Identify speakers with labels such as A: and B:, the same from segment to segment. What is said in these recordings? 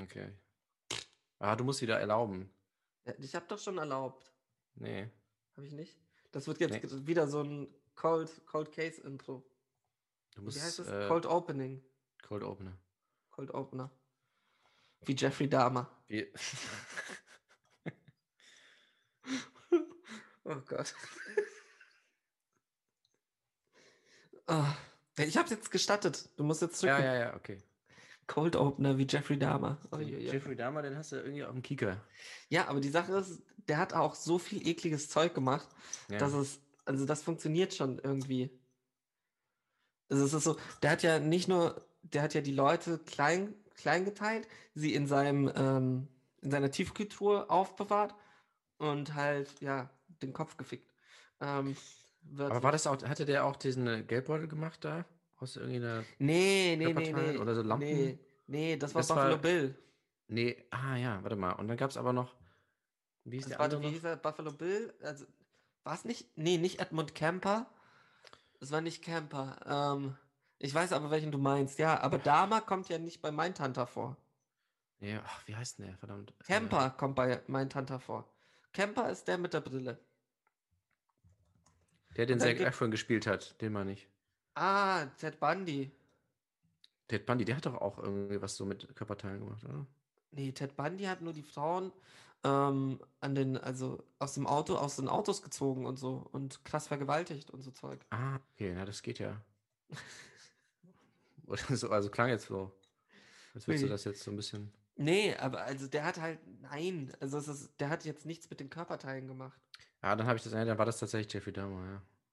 A: Okay. Ah, du musst wieder erlauben.
B: Ja, Äh, Ich habe doch schon erlaubt.
A: Nee.
B: Habe ich nicht? Das wird jetzt
A: Nee.
B: wieder so ein Cold, Cold Case Intro.
A: Du musst.
B: Wie heißt das?
A: Äh, Cold,
B: Cold Opening.
A: Opener.
B: Cold Opener. Wie Jeffrey Dahmer.
A: Wie,
B: Oh Gott. Ah, ich habe jetzt gestattet. Du musst jetzt zurück.
A: ja, ja, ja, okay.
B: Cold Opener wie Jeffrey Dahmer.
A: Jeffrey Dahmer, den hast du irgendwie auf dem Kicker.
B: Ja, aber die Sache ist, der hat auch so viel ekliges Zeug gemacht,
A: Ja.
B: dass es, also das funktioniert schon irgendwie. Also es ist so, der hat ja nicht nur, der hat ja die Leute klein, klein geteilt, sie in seinem, ähm, in seiner Tiefkultur aufbewahrt und halt, ja, den Kopf gefickt. Ähm, wird
A: Aber war das auch, hatte der auch diesen äh, Geldbeutel gemacht da? Aus irgendeiner.
B: nee, nee, nee,
A: Körperteilen
B: nee.
A: oder so Lampen?
B: Nee, nee das war
A: Das war-
B: Buffalo Bill.
A: Nee, ah ja, warte mal. Und dann gab es aber noch. Wie ist
B: Das
A: der
B: war,
A: andere?
B: Also wie
A: Noch?
B: hieß er, Buffalo Bill? Also, war es nicht? Nee, nicht Edmund Kemper. Es war nicht Kemper. Ähm, ich weiß aber, welchen du meinst. Ja, aber Dahmer kommt ja nicht bei Mindhunter vor.
A: Nee, ach, wie heißt denn der? Verdammt. Äh,
B: Kemper kommt bei Mindhunter vor. Kemper ist der mit der Brille.
A: Äh, der den
B: Dann
A: Zac
B: gibt-
A: Efron gespielt hat, den meine ich.
B: Ah, Ted Bundy.
A: Ted Bundy, der hat doch auch irgendwie was so mit Körperteilen gemacht, oder?
B: Nee, Ted Bundy hat nur die Frauen ähm, an den, also aus dem Auto, aus den Autos gezogen und so und krass vergewaltigt und so Zeug.
A: Ah, okay, na, das geht ja. Oder so, also klang jetzt so. Als würdest du
B: Nee.
A: das jetzt so ein bisschen.
B: Nee, aber also der hat halt, nein, also es ist, der hat jetzt nichts mit den Körperteilen gemacht.
A: Ah, dann habe ich das, ja, dann war das tatsächlich Jeffrey Dahmer,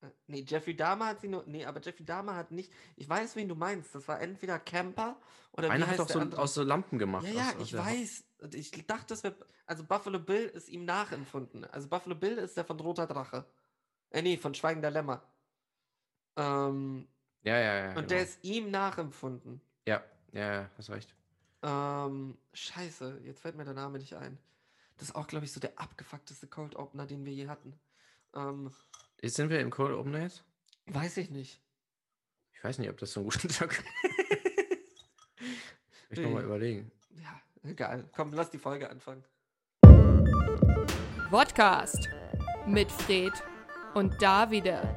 A: ja.
B: Äh, Nee, Jeffrey Dahmer hat sie nur. Nee, aber Jeffrey Dahmer hat nicht. Ich weiß, wen du meinst. Das war entweder Camper oder wie
A: Einer hat
B: heißt
A: doch
B: der
A: so
B: andere?
A: aus so Lampen gemacht.
B: Ja, ja,
A: aus, aus
B: ich
A: der-
B: weiß. Und Ich dachte, das wäre. Also Buffalo Bill ist ihm nachempfunden. Also Buffalo Bill ist der von Roter Drache. Äh, nee, von Schweigender Lämmer. Ähm,
A: Ja, ja, ja.
B: und
A: genau.
B: der ist ihm nachempfunden.
A: Ja, ja, ja, hast recht.
B: Ähm, scheiße, jetzt fällt mir der Name nicht ein. Das ist auch, glaube ich, so der abgefuckteste Cold Opener, den wir je hatten. Ähm,
A: Jetzt sind wir im Cold Opener jetzt?
B: weiß ich nicht.
A: Ich weiß nicht, ob das so ein guter Tag ist. ich
B: Nee.
A: noch mal überlegen.
B: Ja, egal. Komm, lass die Folge anfangen.
C: Podcast mit Fred und Davide.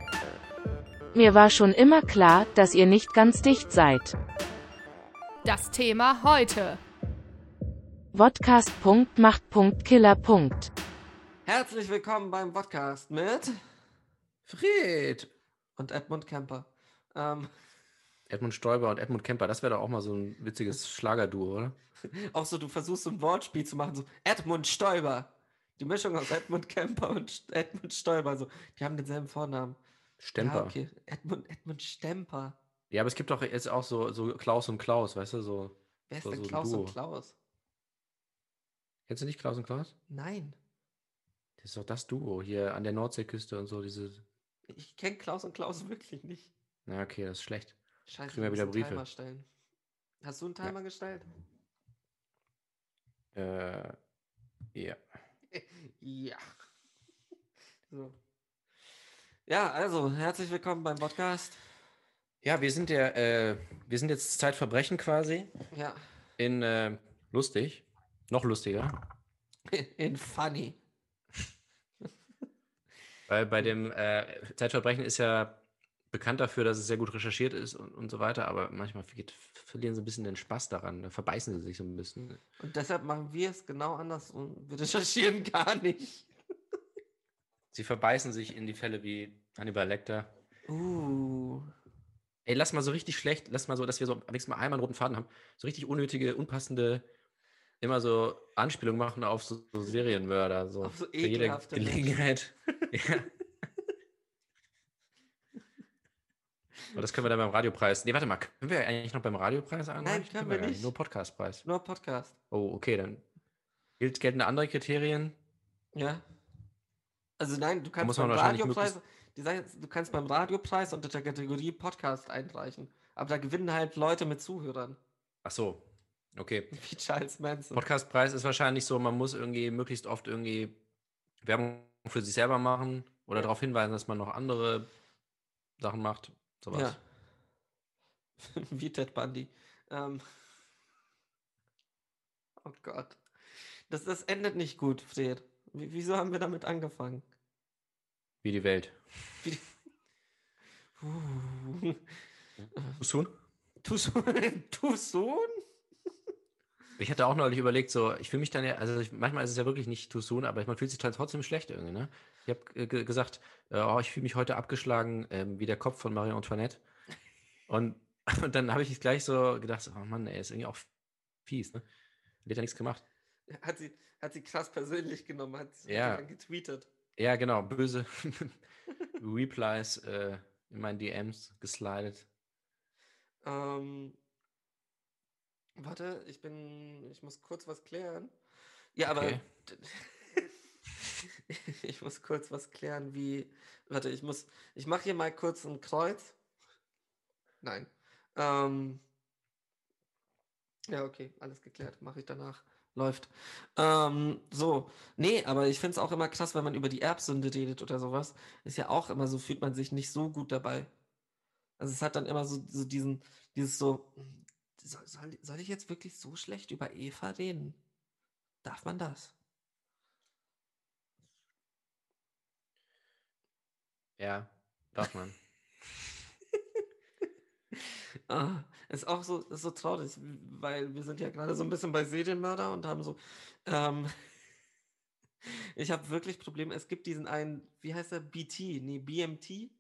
D: Mir war schon immer klar, dass ihr nicht ganz dicht seid.
C: Das Thema heute.
D: Vodcast. Punkt macht. Punkt Killer. Punkt.
B: Herzlich willkommen beim Podcast mit
A: Fred!
B: und Edmund Kemper. Ähm,
A: Edmund Stoiber und Edmund Kemper, das wäre doch auch mal so ein witziges Schlagerduo, oder?
B: auch so, du versuchst so ein Wortspiel zu machen, so Edmund Stoiber. Die Mischung aus Edmund Kemper und St- Edmund Stoiber. So, die haben denselben Vornamen.
A: Stemper.
B: Ja, okay. Edmund, Edmund Stemper.
A: Ja, aber es gibt doch jetzt auch so, so Klaus und Klaus, weißt du, so.
B: Wer ist
A: So-
B: denn
A: so ein
B: Klaus und
A: Duo.
B: Klaus?
A: Kennst du nicht Klaus und Klaus?
B: Nein.
A: Das ist doch das Duo hier an der Nordseeküste und so, diese.
B: Ich kenne Klaus und Klaus wirklich nicht.
A: Na, okay, das ist schlecht.
B: Scheiße,
A: Kriegen wir
B: muss
A: wieder
B: einen
A: Briefe.
B: Timer stellen. Hast du einen Timer gestellt?
A: Äh, ja.
B: Ja. So. Ja, also, herzlich willkommen beim Podcast.
A: Ja, wir sind ja, äh, wir sind jetzt Zeitverbrechen quasi
B: Ja.
A: in äh, lustig. Noch lustiger.
B: In Funny.
A: Weil bei dem äh, Zeitverbrechen ist ja bekannt dafür, dass es sehr gut recherchiert ist und, und so weiter, aber manchmal vergeht, verlieren sie ein bisschen den Spaß daran. Da verbeißen sie sich so ein bisschen.
B: Und deshalb machen wir es genau andersrum. Wir recherchieren gar nicht.
A: Sie verbeißen sich in die Fälle wie Hannibal Lecter.
B: Uh.
A: Ey, lass mal so richtig schlecht, lass mal so, dass wir so nächstes Mal einmal einen roten Faden haben. So richtig unnötige, unpassende, immer so Anspielungen machen auf so, so Serienmörder. So
B: Auf so
A: bei jeder
B: ekelhafte Menschen.
A: Gelegenheit. ja. Aber das können wir dann beim Radiopreis. Nee, warte mal, können wir eigentlich noch beim Radiopreis anreichen?
B: können wir
A: gar
B: nicht.
A: Nur Podcastpreis.
B: Nur Podcast.
A: Oh, okay, dann gilt, gelten da andere Kriterien.
B: Ja. Also nein, du kannst
A: muss man
B: beim
A: wahrscheinlich
B: Radiopreis, die Sache ist, du kannst beim Radiopreis unter der Kategorie Podcast einreichen. Aber da gewinnen halt Leute mit Zuhörern.
A: Ach so, okay.
B: Wie Charles Manson.
A: Podcastpreis ist wahrscheinlich so, man muss irgendwie möglichst oft irgendwie Werbung für sich selber machen oder darauf hinweisen, dass man noch andere Sachen macht. Sowas.
B: ja. Wie Ted Bundy. Ähm. Oh Gott. Das, das endet nicht gut, Fred. W wieso haben wir damit angefangen?
A: Wie die Welt.
B: Uh.
A: Soon?
B: Too soon? Too soon?
A: Ich hatte auch neulich überlegt, so, ich fühle mich dann ja, also ich, manchmal ist es ja wirklich nicht too soon, aber man fühlt sich dann trotzdem schlecht irgendwie, ne? Ich habe äh, ge- gesagt, äh, oh, ich fühle mich heute abgeschlagen, ähm, wie der Kopf von Marie Antoinette. Und, und dann habe ich gleich so gedacht, oh Mann, ey, ist irgendwie auch fies, ne? Die hat ja nichts gemacht.
B: Hat sie, hat sie krass persönlich genommen, hat sie
A: Ja.
B: dann getweetet.
A: Ja, genau, böse Replies äh, in meinen DMs geslidet.
B: Ähm, warte, ich bin, ich muss kurz was klären. Ja, aber
A: Okay.
B: ich muss kurz was klären, wie, warte, ich muss, ich mache hier mal kurz ein Kreuz. Nein. Ähm, ja, okay, alles geklärt, mache ich danach. Läuft. Ähm, so, nee, aber ich finde es auch immer krass, wenn man über die Erbsünde redet oder sowas. Ist ja auch immer so, fühlt man sich nicht so gut dabei. Also es hat dann immer so, so diesen, dieses so, "Hm, soll, soll, soll ich jetzt wirklich so schlecht über Eva reden? Darf man das?
A: Ja, darf man.
B: Ah, ist auch so, ist so traurig, weil wir sind ja gerade so ein bisschen bei Serienmörder und haben so, ähm, ich habe wirklich Probleme, es gibt diesen einen, wie heißt er, BT, nee, BMT?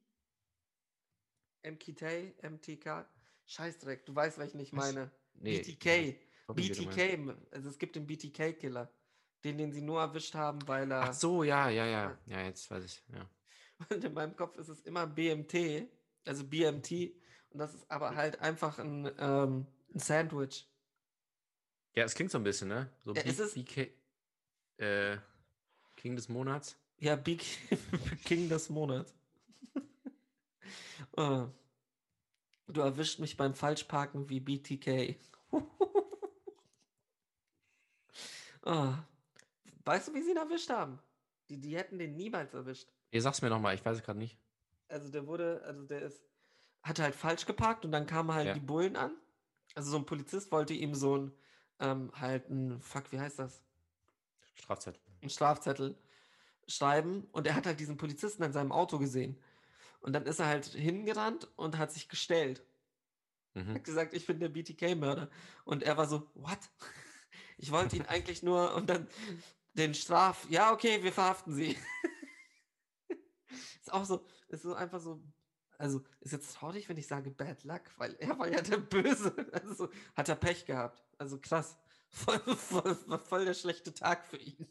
B: MKT, MTK? Scheißdreck, du weißt, was ich nicht
A: Was?
B: meine.
A: Nee,
B: BTK,
A: Hab ich wieder gemeint.
B: BTK, also es gibt den BTK-Killer, den, den sie nur erwischt haben, weil er...
A: Ach so, ja, ja, ja. Ja, jetzt weiß ich. Ja.
B: Und in meinem Kopf ist es immer BMT, also BMT. Und das ist aber halt einfach ein, ähm, ein Sandwich.
A: Ja, es klingt so ein bisschen, ne? So
B: Ja, es ist-
A: BK, äh, King des Monats.
B: Ja, Big King des Monats. Äh, du erwischt mich beim Falschparken wie BTK. Ah. Weißt du, wie sie ihn erwischt haben? Die, die hätten den niemals erwischt.
A: Ihr sag's mir nochmal, ich weiß es gerade nicht.
B: also der wurde, also der ist, hat halt falsch geparkt und dann kamen halt
A: Ja.
B: die Bullen an. Also so ein Polizist wollte ihm so ein, ähm, halt ein, fuck, wie heißt das?
A: Strafzettel.
B: Ein Strafzettel schreiben und er hat halt diesen Polizisten an seinem Auto gesehen. Und dann ist er halt hingerannt und hat sich gestellt.
A: Mhm.
B: Hat gesagt, ich bin der BTK-Mörder. Und er war so, what? Ich wollte ihn eigentlich nur und dann den Straf, ja, okay, wir verhaften sie. ist auch so, ist so einfach so, also ist jetzt traurig, wenn ich sage Bad Luck, weil er war ja der Böse. Also hat er Pech gehabt. Also krass. Voll, voll, voll der schlechte Tag für ihn.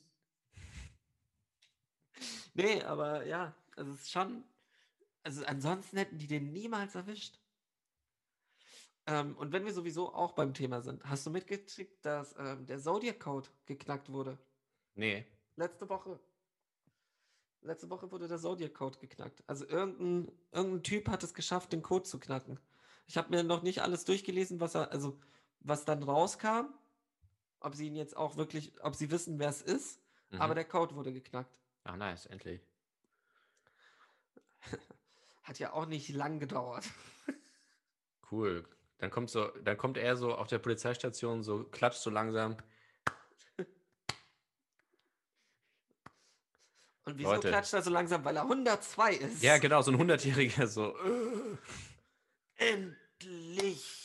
B: Nee, aber ja, also es ist schon, also ansonsten hätten die den niemals erwischt. Ähm, und wenn wir sowieso auch beim Thema sind, hast du mitgekriegt, dass ähm, der Zodiac Code geknackt wurde?
A: Nee.
B: Letzte Woche. Letzte Woche wurde der Zodiac Code geknackt. Also irgendein, irgendein Typ hat es geschafft, den Code zu knacken. Ich habe mir noch nicht alles durchgelesen, was er, also was dann rauskam, ob sie ihn jetzt auch wirklich, ob sie wissen, wer es ist,
A: Mhm.
B: aber der Code wurde geknackt.
A: Ach, nice, endlich.
B: Hat ja auch nicht lang gedauert.
A: Cool. Dann kommt so, dann kommt er so auf der Polizeistation, so klatscht so langsam.
B: Und wieso
A: Leute.
B: klatscht er so langsam, weil er 102 ist?
A: Ja, genau, so ein Hundertjähriger so. äh,
B: Endlich!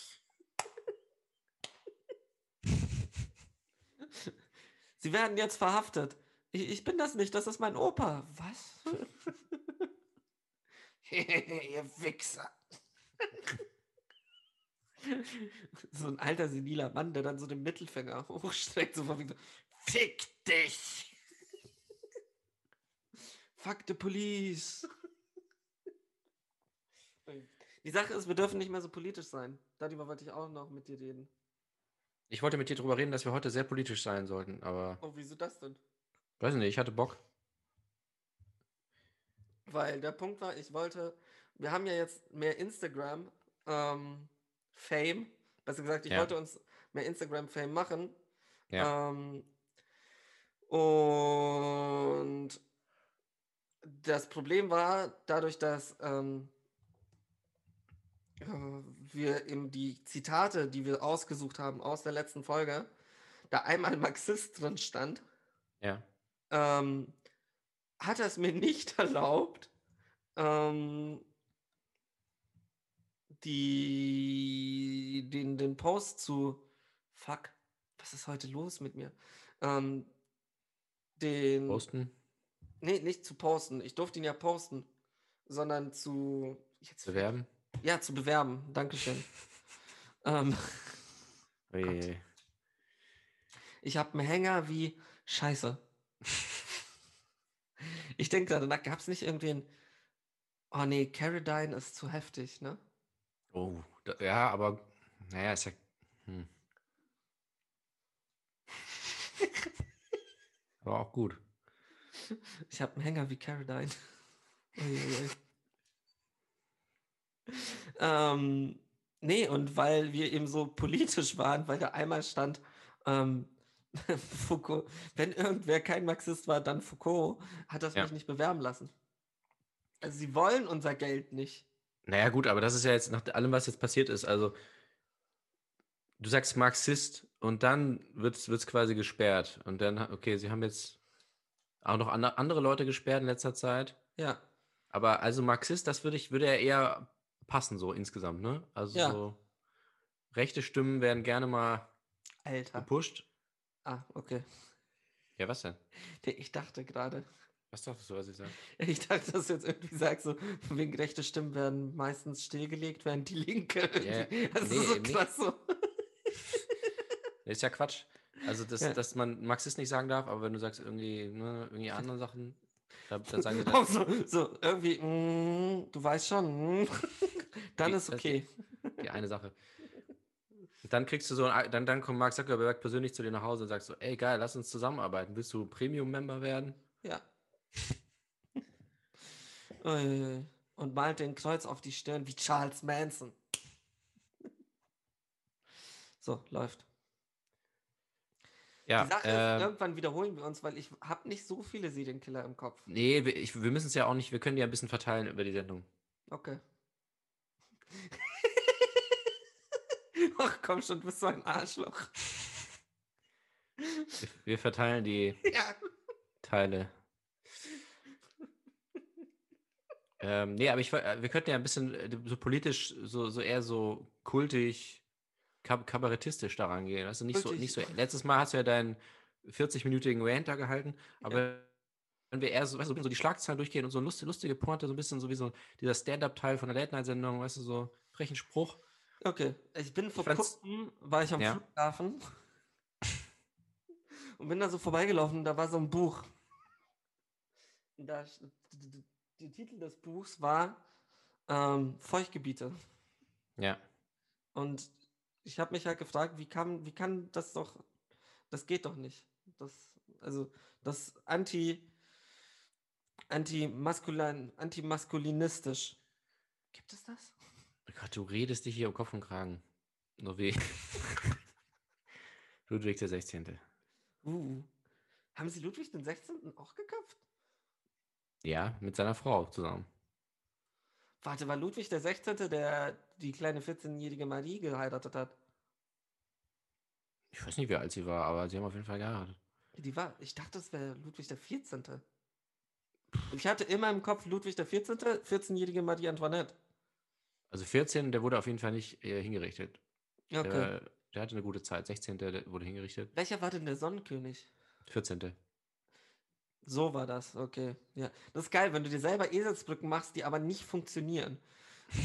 B: Sie werden jetzt verhaftet. Ich, ich bin das nicht, das ist mein Opa. Was? Ihr Wichser. so ein alter seniler Mann, der dann so den Mittelfinger hochstreckt, so von wegen so, Fick dich! Fuck the police! Die Sache ist, wir dürfen nicht mehr so politisch sein. Darüber wollte ich auch noch mit dir reden.
A: Ich wollte mit dir drüber reden, dass wir heute sehr politisch sein sollten, aber
B: Oh, wieso das denn?
A: weiß nicht, ich hatte Bock.
B: Weil der Punkt war, ich wollte, wir haben ja jetzt mehr Instagram ähm, Fame, besser gesagt, ich
A: Ja.
B: wollte uns mehr Instagram Fame machen.
A: Ja.
B: Ähm, und das Problem war, dadurch, dass ähm, äh, wir eben die Zitate, die wir ausgesucht haben aus der letzten Folge, da einmal Marxist drin stand,
A: Ja.
B: ähm, hat er es mir nicht erlaubt, ähm, die, den, den Post zu. Fuck, was ist heute los mit mir? Ähm, den.
A: Posten.
B: Nee, nicht zu posten. Ich durfte ihn ja posten, sondern zu. Jetzt,
A: Bewerben.
B: ja, zu bewerben. Dankeschön. ähm,
A: Uiuiui.
B: ich habe einen Hänger wie Scheiße. ich denke gerade, nach gab es nicht irgendwen. Oh nee, Caradine ist zu heftig, ne?
A: Oh, da, ja, aber naja, ist ja. Hm. aber auch gut.
B: Ich habe einen Hänger wie Caradine. Uiuiui. ähm, nee, und weil wir eben so politisch waren, weil da einmal stand, ähm, Foucault, wenn irgendwer kein Marxist war, dann Foucault, hat das
A: Ja.
B: mich nicht bewerben lassen. Also sie wollen unser Geld nicht.
A: Naja, gut, aber das ist ja jetzt nach allem, was jetzt passiert ist. Also, du sagst Marxist und dann wird es quasi gesperrt. Und dann, ha- okay, sie haben jetzt auch noch ander- andere Leute gesperrt in letzter Zeit.
B: Ja,
A: Aber also Marxist, das würde ich, würde ja eher passen, so insgesamt, ne? Also
B: Ja.
A: so rechte Stimmen werden gerne mal
B: Alter.
A: gepusht.
B: Ah, okay.
A: Ja, was denn?
B: Der- Ich dachte gerade,
A: Was dachtest du, was ich sage?
B: ich dachte, dass du jetzt irgendwie sagst, so, von wegen rechte Stimmen werden meistens stillgelegt, während die Linke.
A: Ja,
B: irgendwie- Das
A: nee,
B: ist so
A: eben nicht.
B: krass so.
A: Das ist ja Quatsch. Also, das,
B: Ja.
A: dass man Marxist nicht sagen darf, aber wenn du sagst irgendwie, ne, irgendwie andere Sachen, da, dann sagen sie
B: Auch
A: das.
B: so, so irgendwie, mm, du weißt schon, mm, dann
A: Die-
B: ist
A: das-
B: okay.
A: Die eine Sache. Und dann kriegst du so, ein- dann, dann kommt Mark Zuckerberg persönlich zu dir nach Hause und sagt so, ey geil, lass uns zusammenarbeiten. Willst du Premium-Member werden?
B: Ja. Uiuiui. Und malt den Kreuz auf die Stirn wie Charles Manson. So, läuft.
A: Ja.
B: die Sache ist, ne?
A: ähm,
B: irgendwann wiederholen wir uns, weil ich habe nicht so viele Serienkiller im Kopf.
A: nee, wir, ich- wir müssen es ja auch nicht, wir können die ja ein bisschen verteilen über die Sendung.
B: Okay. Ach komm schon, du bist so ein Arschloch.
A: Wir, wir verteilen die
B: Ja.
A: Teile. ähm, nee, aber ich, woll- äh, wir könnten ja ein bisschen äh, so politisch, so, so eher so kultig, kab kabarettistisch da rangehen. Also nicht so,
B: Kultig.
A: nicht so. Letztes Mal hast du ja deinen 40-minütigen Rant da gehalten, aber wenn wir eher so, weißt du, so die Schlagzeilen durchgehen und so lustige, lustige Pointe, so ein bisschen so wie so dieser Stand-Up-Teil von der Late-Night-Sendung, weißt du, so frechen Spruch.
B: Okay, ich bin vor
A: fand's-
B: kurzem, war ich am
A: Ja.
B: Flughafen und bin da so vorbeigelaufen und da war so ein Buch. Und Da, st- d- d- der Titel des Buchs war ähm, Feuchtgebiete.
A: Ja.
B: Und ich habe mich halt gefragt, wie kann, wie kann das doch, das geht doch nicht. Das, also das anti, anti-maskulin, anti-maskulinistisch. Gibt es das?
A: Oh Gott, du redest dich hier um Kopf und Kragen. Nur weh. Ludwig der 16.
B: Uh. Haben Sie Ludwig den 16. auch geköpft?
A: Ja, mit seiner Frau zusammen.
B: Warte, war Ludwig der 16., der die kleine 14-jährige Marie geheiratet hat?
A: Ich weiß nicht, wie alt sie war, aber sie haben auf jeden Fall geheiratet.
B: Die war, ich dachte, es wäre Ludwig der 14. Und ich hatte immer im Kopf Ludwig der 14., 14-jährige Marie Antoinette.
A: Also 14, der wurde auf jeden Fall nicht äh, hingerichtet.
B: Ja, Okay.
A: Der, der hatte eine gute Zeit. 16. Der wurde hingerichtet.
B: Welcher war denn der Sonnenkönig?
A: 14.
B: So war das, okay. Ja. Das ist geil, wenn du dir selber Eselsbrücken machst, die aber nicht funktionieren.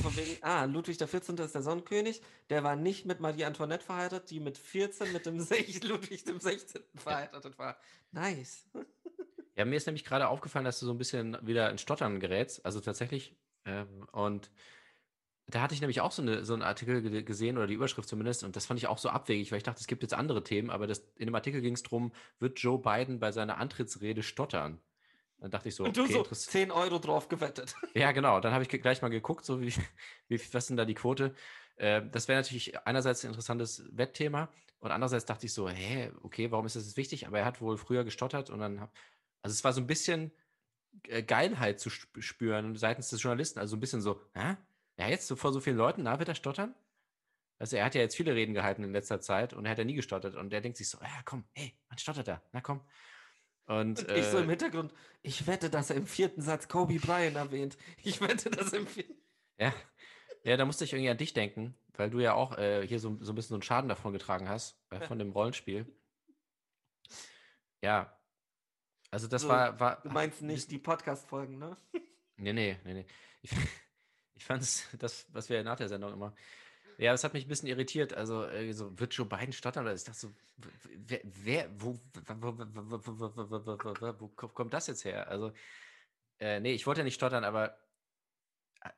B: Von wegen, ah, Ludwig der 14. ist der Sonnenkönig, der war nicht mit Marie Antoinette verheiratet, die mit 14 mit dem Sech Ludwig dem 16. verheiratet war. Nice.
A: Ja, mir ist nämlich gerade aufgefallen, dass du so ein bisschen wieder in Stottern gerätst. Also tatsächlich. Ähm, und da hatte ich nämlich auch so, eine, so einen Artikel ge gesehen oder die Überschrift zumindest. Und das fand ich auch so abwegig, weil ich dachte, es gibt jetzt andere Themen. Aber das, in dem Artikel ging es darum, wird Joe Biden bei seiner Antrittsrede stottern? Dann dachte ich so,
B: Und du
A: okay,
B: so
A: interess-
B: 10 Euro drauf gewettet.
A: Ja, genau. Dann habe ich ge- gleich mal geguckt, so wie, wie was ist denn da die Quote? Äh, das wäre natürlich einerseits ein interessantes Wettthema und andererseits dachte ich so, hä, okay, warum ist das jetzt wichtig? Aber er hat wohl früher gestottert und dann hab, also es war so ein bisschen äh, Geilheit zu sp- spüren seitens des Journalisten, also so ein bisschen so, hä? Ja, jetzt so vor so vielen Leuten, na, wird er stottern? Also er hat ja jetzt viele Reden gehalten in letzter Zeit und er hat ja nie gestottert. Und er denkt sich so, ja komm, hey, wann stottert er? Na komm. Und,
B: Und ich so im
A: äh,
B: Hintergrund, ich wette, dass er im vierten Satz Kobe Bryant erwähnt. Ich wette, dass er im vierten.
A: ja, ja, da musste ich irgendwie an dich denken, weil du ja auch äh, hier so, so ein bisschen so einen Schaden davon getragen hast, äh, von dem Rollenspiel. Ja. Also das
B: So,
A: war, war.
B: Du meinst nicht die Podcast-Folgen, ne?
A: Nee, nee, nee, nee. ne, Ich, ich fand es, das, was wir nach der Sendung immer. Ja, das hat mich ein bisschen irritiert. Also, äh, so, wird Joe Biden stottern? Oder ich dachte so, w- w- wer, wer wo, wo, wo, wo ko- kommt das jetzt her? Also, äh, nee, ich wollte ja nicht stottern, aber äh,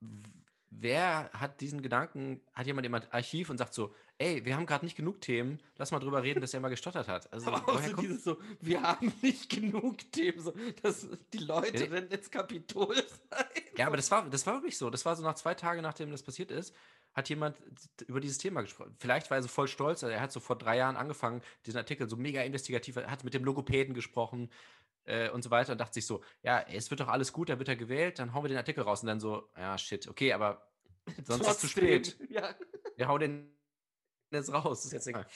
A: w- wer hat diesen Gedanken, hat jemand im Archiv und sagt so, ey, wir haben gerade nicht genug Themen, lass mal drüber reden, dass er mal gestottert hat. Also,
B: Aber auch
A: woher
B: so
A: kommt
B: dieses so, wir haben nicht genug Themen, so, dass die Leute
A: Nee.
B: rennen ins Kapitol rein.
A: Ja, aber das war, das war wirklich so. Das war so nach zwei Tagen, nachdem das passiert ist, hat jemand d- über dieses Thema gesprochen. Vielleicht war er so voll stolz. Also er hat so vor drei Jahren angefangen, diesen Artikel so mega investigativ, er hat mit dem Logopäden gesprochen äh, und so weiter und dachte sich so, ja, es wird doch alles gut, da wird er gewählt, dann hauen wir den Artikel raus und dann so, ja, shit, okay, aber sonst ist es zu
B: Trotzdem.
A: spät.
B: Ja.
A: Wir hauen den jetzt raus. Ist jetzt egal.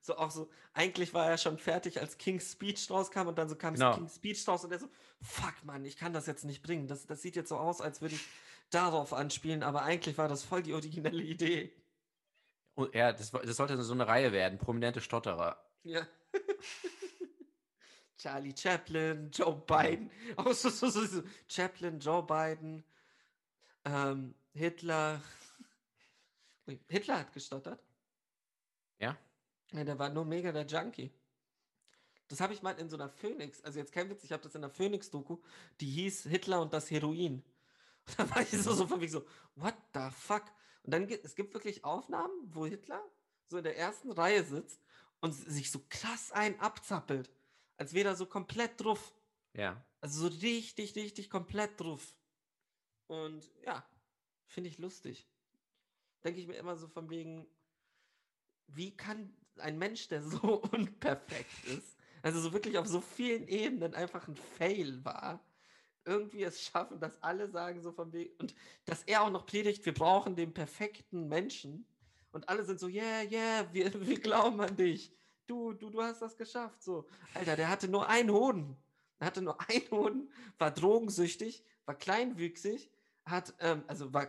B: So auch so, eigentlich war er schon fertig, als King's Speech rauskam und dann so kam
A: Genau.
B: King's Speech raus und er so, fuck Mann, ich kann das jetzt nicht bringen. Das, das sieht jetzt so aus, als würde ich darauf anspielen, aber eigentlich war das voll die originelle Idee.
A: Und ja, das, war- das sollte so eine Reihe werden, prominente Stotterer.
B: Ja. Charlie Chaplin, Joe Biden. Auch so, so, so, so. Chaplin, Joe Biden, ähm, Hitler. Ui, Hitler hat gestottert.
A: Ja?
B: Ja, der war nur mega der Junkie. Das habe ich mal in so einer Phoenix, also jetzt kein Witz, ich habe das in einer Phoenix-Doku, die hieß Hitler und das Heroin. Und da war ich so, so von wegen so, what the fuck? Und dann gibt es gibt wirklich Aufnahmen, wo Hitler so in der ersten Reihe sitzt und sich so krass ein abzappelt. Als wäre er so komplett drauf.
A: Ja.
B: Also so richtig, richtig komplett drauf. Und ja, finde ich lustig. Denke ich mir immer so von wegen, wie kann ein Mensch, der so unperfekt ist, also so wirklich auf so vielen Ebenen einfach ein Fail war, irgendwie es schaffen, dass alle sagen so von wegen, und dass er auch noch predigt, wir brauchen den perfekten Menschen. Und alle sind so, yeah, yeah, wir, wir glauben an dich. Du, du, du hast das geschafft. So, Alter, der hatte nur einen Hoden. Er hatte nur einen Hoden, war drogensüchtig, war kleinwüchsig, hat, ähm, also war,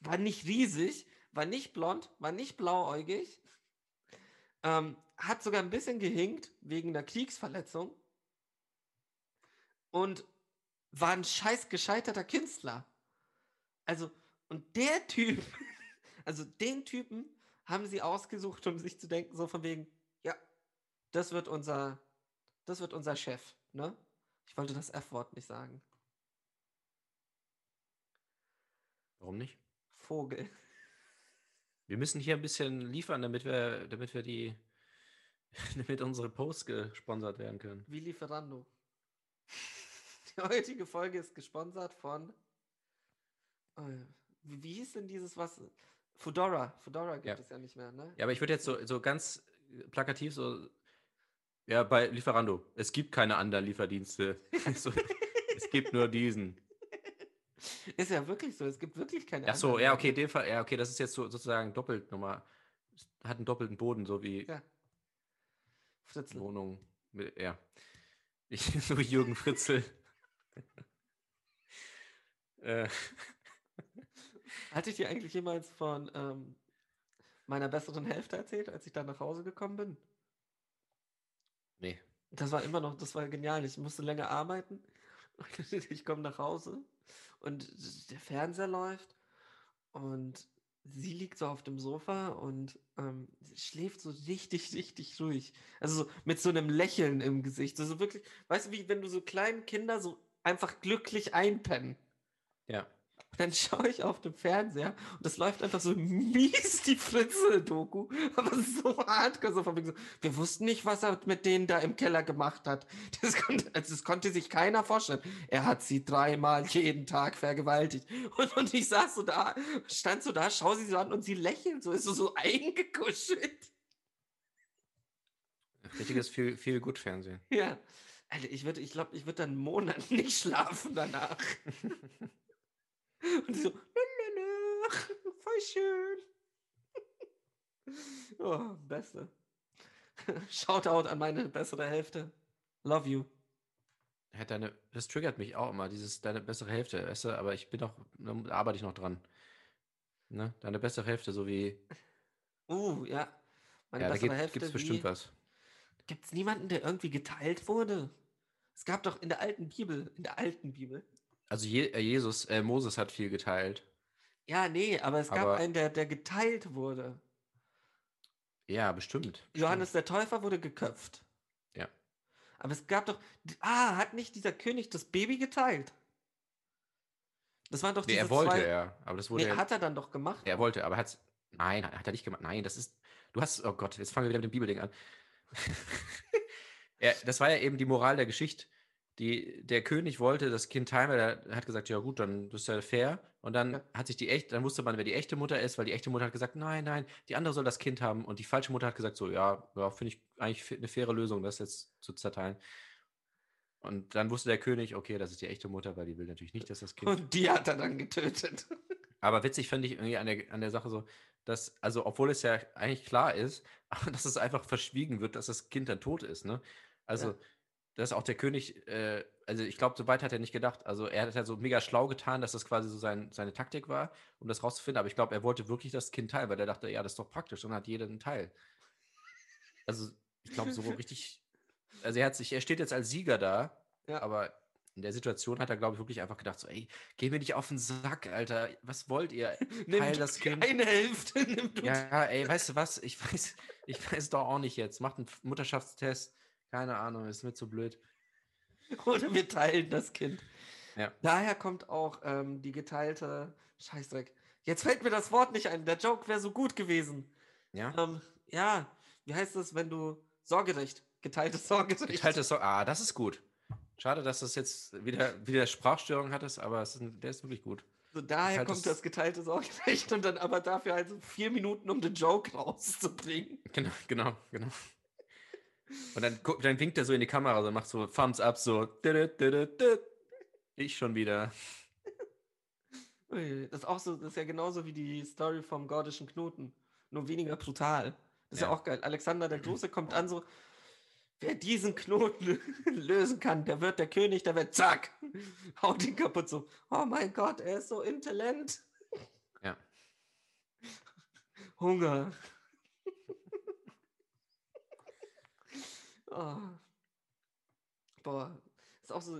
B: war nicht riesig, war nicht blond, war nicht blauäugig, ähm, hat sogar ein bisschen gehinkt wegen einer Kriegsverletzung und war ein scheiß gescheiterter Künstler. Also, und der Typ, also den Typen haben sie ausgesucht, um sich zu denken, so von wegen, ja, das wird unser, das wird unser Chef, ne? Ich wollte das F-Wort nicht sagen.
A: Warum nicht?
B: Vogel.
A: Wir müssen hier ein bisschen liefern, damit wir, damit wir die, damit unsere Posts gesponsert werden können.
B: Wie Lieferando. Die heutige Folge ist gesponsert von. Äh, wie wie hieß denn dieses was? Fedora. Fedora gibt
A: Ja.
B: es ja nicht mehr, ne?
A: Ja, aber ich würde jetzt so, so ganz äh, plakativ so, ja, bei Lieferando, es gibt keine anderen Lieferdienste. so, es gibt nur diesen.
B: Ist ja wirklich so. Es gibt wirklich keine.
A: Ach so,
B: anderen
A: ja,
B: mehr,
A: okay,
B: ne?
A: den Fall, ja, okay, das ist jetzt so, sozusagen doppelt nochmal, hat einen doppelten Boden, so wie
B: Ja. Fritzl.
A: Wohnung, mit, ja. Ich, so wie Jürgen Fritzel. äh,
B: Hatte ich dir eigentlich jemals von ähm, meiner besseren Hälfte erzählt, als ich da nach Hause gekommen bin?
A: nee.
B: Das war immer noch, das war genial. Ich musste länger arbeiten. Und ich komme nach Hause und der Fernseher läuft und sie liegt so auf dem Sofa und ähm, sie schläft so richtig, richtig ruhig. Also so mit so einem Lächeln im Gesicht. Also wirklich, weißt du, wie wenn du so kleinen Kinder so einfach glücklich einpennen.
A: Ja.
B: Und dann schaue ich auf dem Fernseher und es läuft einfach so mies die Fritzel-Doku. Aber so hardcore, so von wegen so, wir wussten nicht, was er mit denen da im Keller gemacht hat. Das konnte, also das konnte sich keiner vorstellen. Er hat sie dreimal jeden Tag vergewaltigt. Und, und ich saß so da, stand so da, schau sie so an und sie lächelt, so ist so, so eingekuschelt.
A: Richtiges viel, viel gut Fernsehen.
B: Ja. Alter, ich würde, ich glaube, ich würde dann einen Monat nicht schlafen danach. und sie so, lü, lü, lü, schön. oh, Beste. Shoutout an meine bessere Hälfte. Love you.
A: Ja, deine, das triggert mich auch immer, dieses deine bessere Hälfte, weißt du, aber ich bin noch, da arbeite ich noch dran. Ne? Deine bessere Hälfte, so wie.
B: Uh, ja. Meine
A: ja, da
B: bessere
A: gibt
B: Hälfte.
A: es bestimmt
B: wie-
A: was.
B: Gibt es niemanden, der irgendwie geteilt wurde? Es gab doch in der alten Bibel, in der alten Bibel.
A: Also Je, äh, Jesus, äh, Moses hat viel geteilt.
B: Ja, nee, aber es gab
A: Aber-
B: einen, der, der geteilt wurde.
A: Ja, bestimmt.
B: Johannes der Täufer wurde geköpft.
A: Ja.
B: Aber es gab doch. Ah, hat nicht dieser König das Baby geteilt? Das waren doch
A: Nee,
B: diese
A: er wollte,
B: zwei.
A: ja. Aber das wurde.
B: Nee,
A: ja-
B: hat er dann doch gemacht.
A: er wollte, aber hat's. Nein, hat er nicht gemacht. Nein, das ist. Du hast. Oh Gott, jetzt fangen wir wieder mit dem Bibelding an. er, das war ja eben die Moral der Geschichte. Die, der König wollte das Kind teilen, weil er hat gesagt, ja gut, dann das ist ja fair. Und dann
B: Ja.
A: hat sich die echt, dann wusste man, wer die echte Mutter ist, weil die echte Mutter hat gesagt, nein, nein, die andere soll das Kind haben. Und die falsche Mutter hat gesagt, so, ja, ja finde ich eigentlich fi- eine faire Lösung, das jetzt zu zerteilen. Und dann wusste der König, okay, das ist die echte Mutter, weil die will natürlich nicht, dass das Kind.
B: Und die hat er dann getötet.
A: Aber witzig finde ich irgendwie an der, an der Sache so, dass, also obwohl es ja eigentlich klar ist, aber dass es einfach verschwiegen wird, dass das Kind dann tot ist, ne? Also,
B: Ja.
A: dass auch der König, äh, also ich glaube, so weit hat er nicht gedacht. Also er hat ja so mega schlau getan, dass das quasi so sein, seine Taktik war, um das rauszufinden. Aber ich glaube, er wollte wirklich das Kind teilen, weil er dachte, ja, das ist doch praktisch, dann hat jeder einen Teil. Also, ich glaube, so richtig, also er hat sich, er steht jetzt als Sieger da,
B: Ja.
A: aber in der Situation hat er, glaube ich, wirklich einfach gedacht, so, ey, geh mir nicht auf den Sack, Alter. Was wollt ihr? Teil
B: du
A: das
B: die
A: Kind.
B: Eine Hälfte nimmt du die-
A: Ja, ey, weißt du was? Ich weiß, ich weiß doch auch nicht jetzt. Macht einen Mutterschaftstest. Keine Ahnung, ist mir zu blöd.
B: oder wir teilen das Kind.
A: Ja.
B: Daher kommt auch ähm, die geteilte Scheißdreck. Jetzt fällt mir das Wort nicht ein. Der Joke wäre so gut gewesen.
A: Ja?
B: Ähm, ja, wie heißt es, wenn du Sorgerecht, geteiltes Sorgerecht.
A: Geteiltes so. Ah, das ist gut. Schade, dass das jetzt wieder, wieder Sprachstörung hattest, aber es ist, ein- der ist wirklich gut.
B: So, daher
A: Geteiltes-
B: kommt das geteilte Sorgerecht und dann aber dafür halt so vier Minuten, um den Joke rauszubringen.
A: Genau, genau, genau. Und dann, guck- dann winkt er so in die Kamera, so macht so Thumbs up, so. Ich schon wieder.
B: Ui, Das ist auch so, das ist ja genauso wie die Story vom gordischen Knoten. Nur weniger brutal. Das ist ja,
A: Ja.
B: auch geil. Alexander der Große kommt an, so, wer diesen Knoten lösen kann, der wird der König, der wird zack, haut ihn kaputt so. Oh mein Gott, er ist so intelligent.
A: Ja.
B: Hunger. oh. Boah, ist auch so.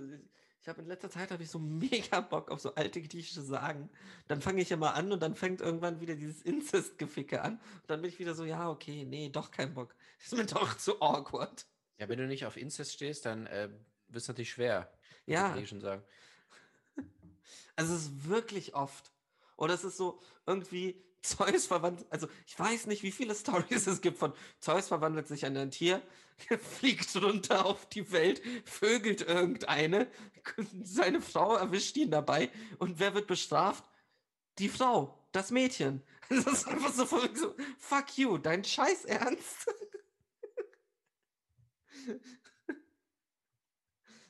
B: Ich habe in letzter Zeit habe ich so mega Bock auf so alte griechische Sagen. Dann fange ich immer an und dann fängt irgendwann wieder dieses Inzestgeficke an. Und dann bin ich wieder so, ja, okay, nee, doch kein Bock. Ist mir doch zu awkward.
A: Ja, wenn du nicht auf Incest stehst, dann äh, wird es natürlich schwer. muss
B: Ja.
A: Ich eh schon sagen.
B: Also es ist wirklich oft. Oder es ist so irgendwie Zeus verwandelt. Also ich weiß nicht, wie viele Stories es gibt von Zeus verwandelt sich in ein Tier, fliegt runter auf die Welt, vögelt irgendeine, seine Frau erwischt ihn dabei und wer wird bestraft? Die Frau, das Mädchen. Das ist einfach so, von wegen so fuck you, dein Scheiß Ernst.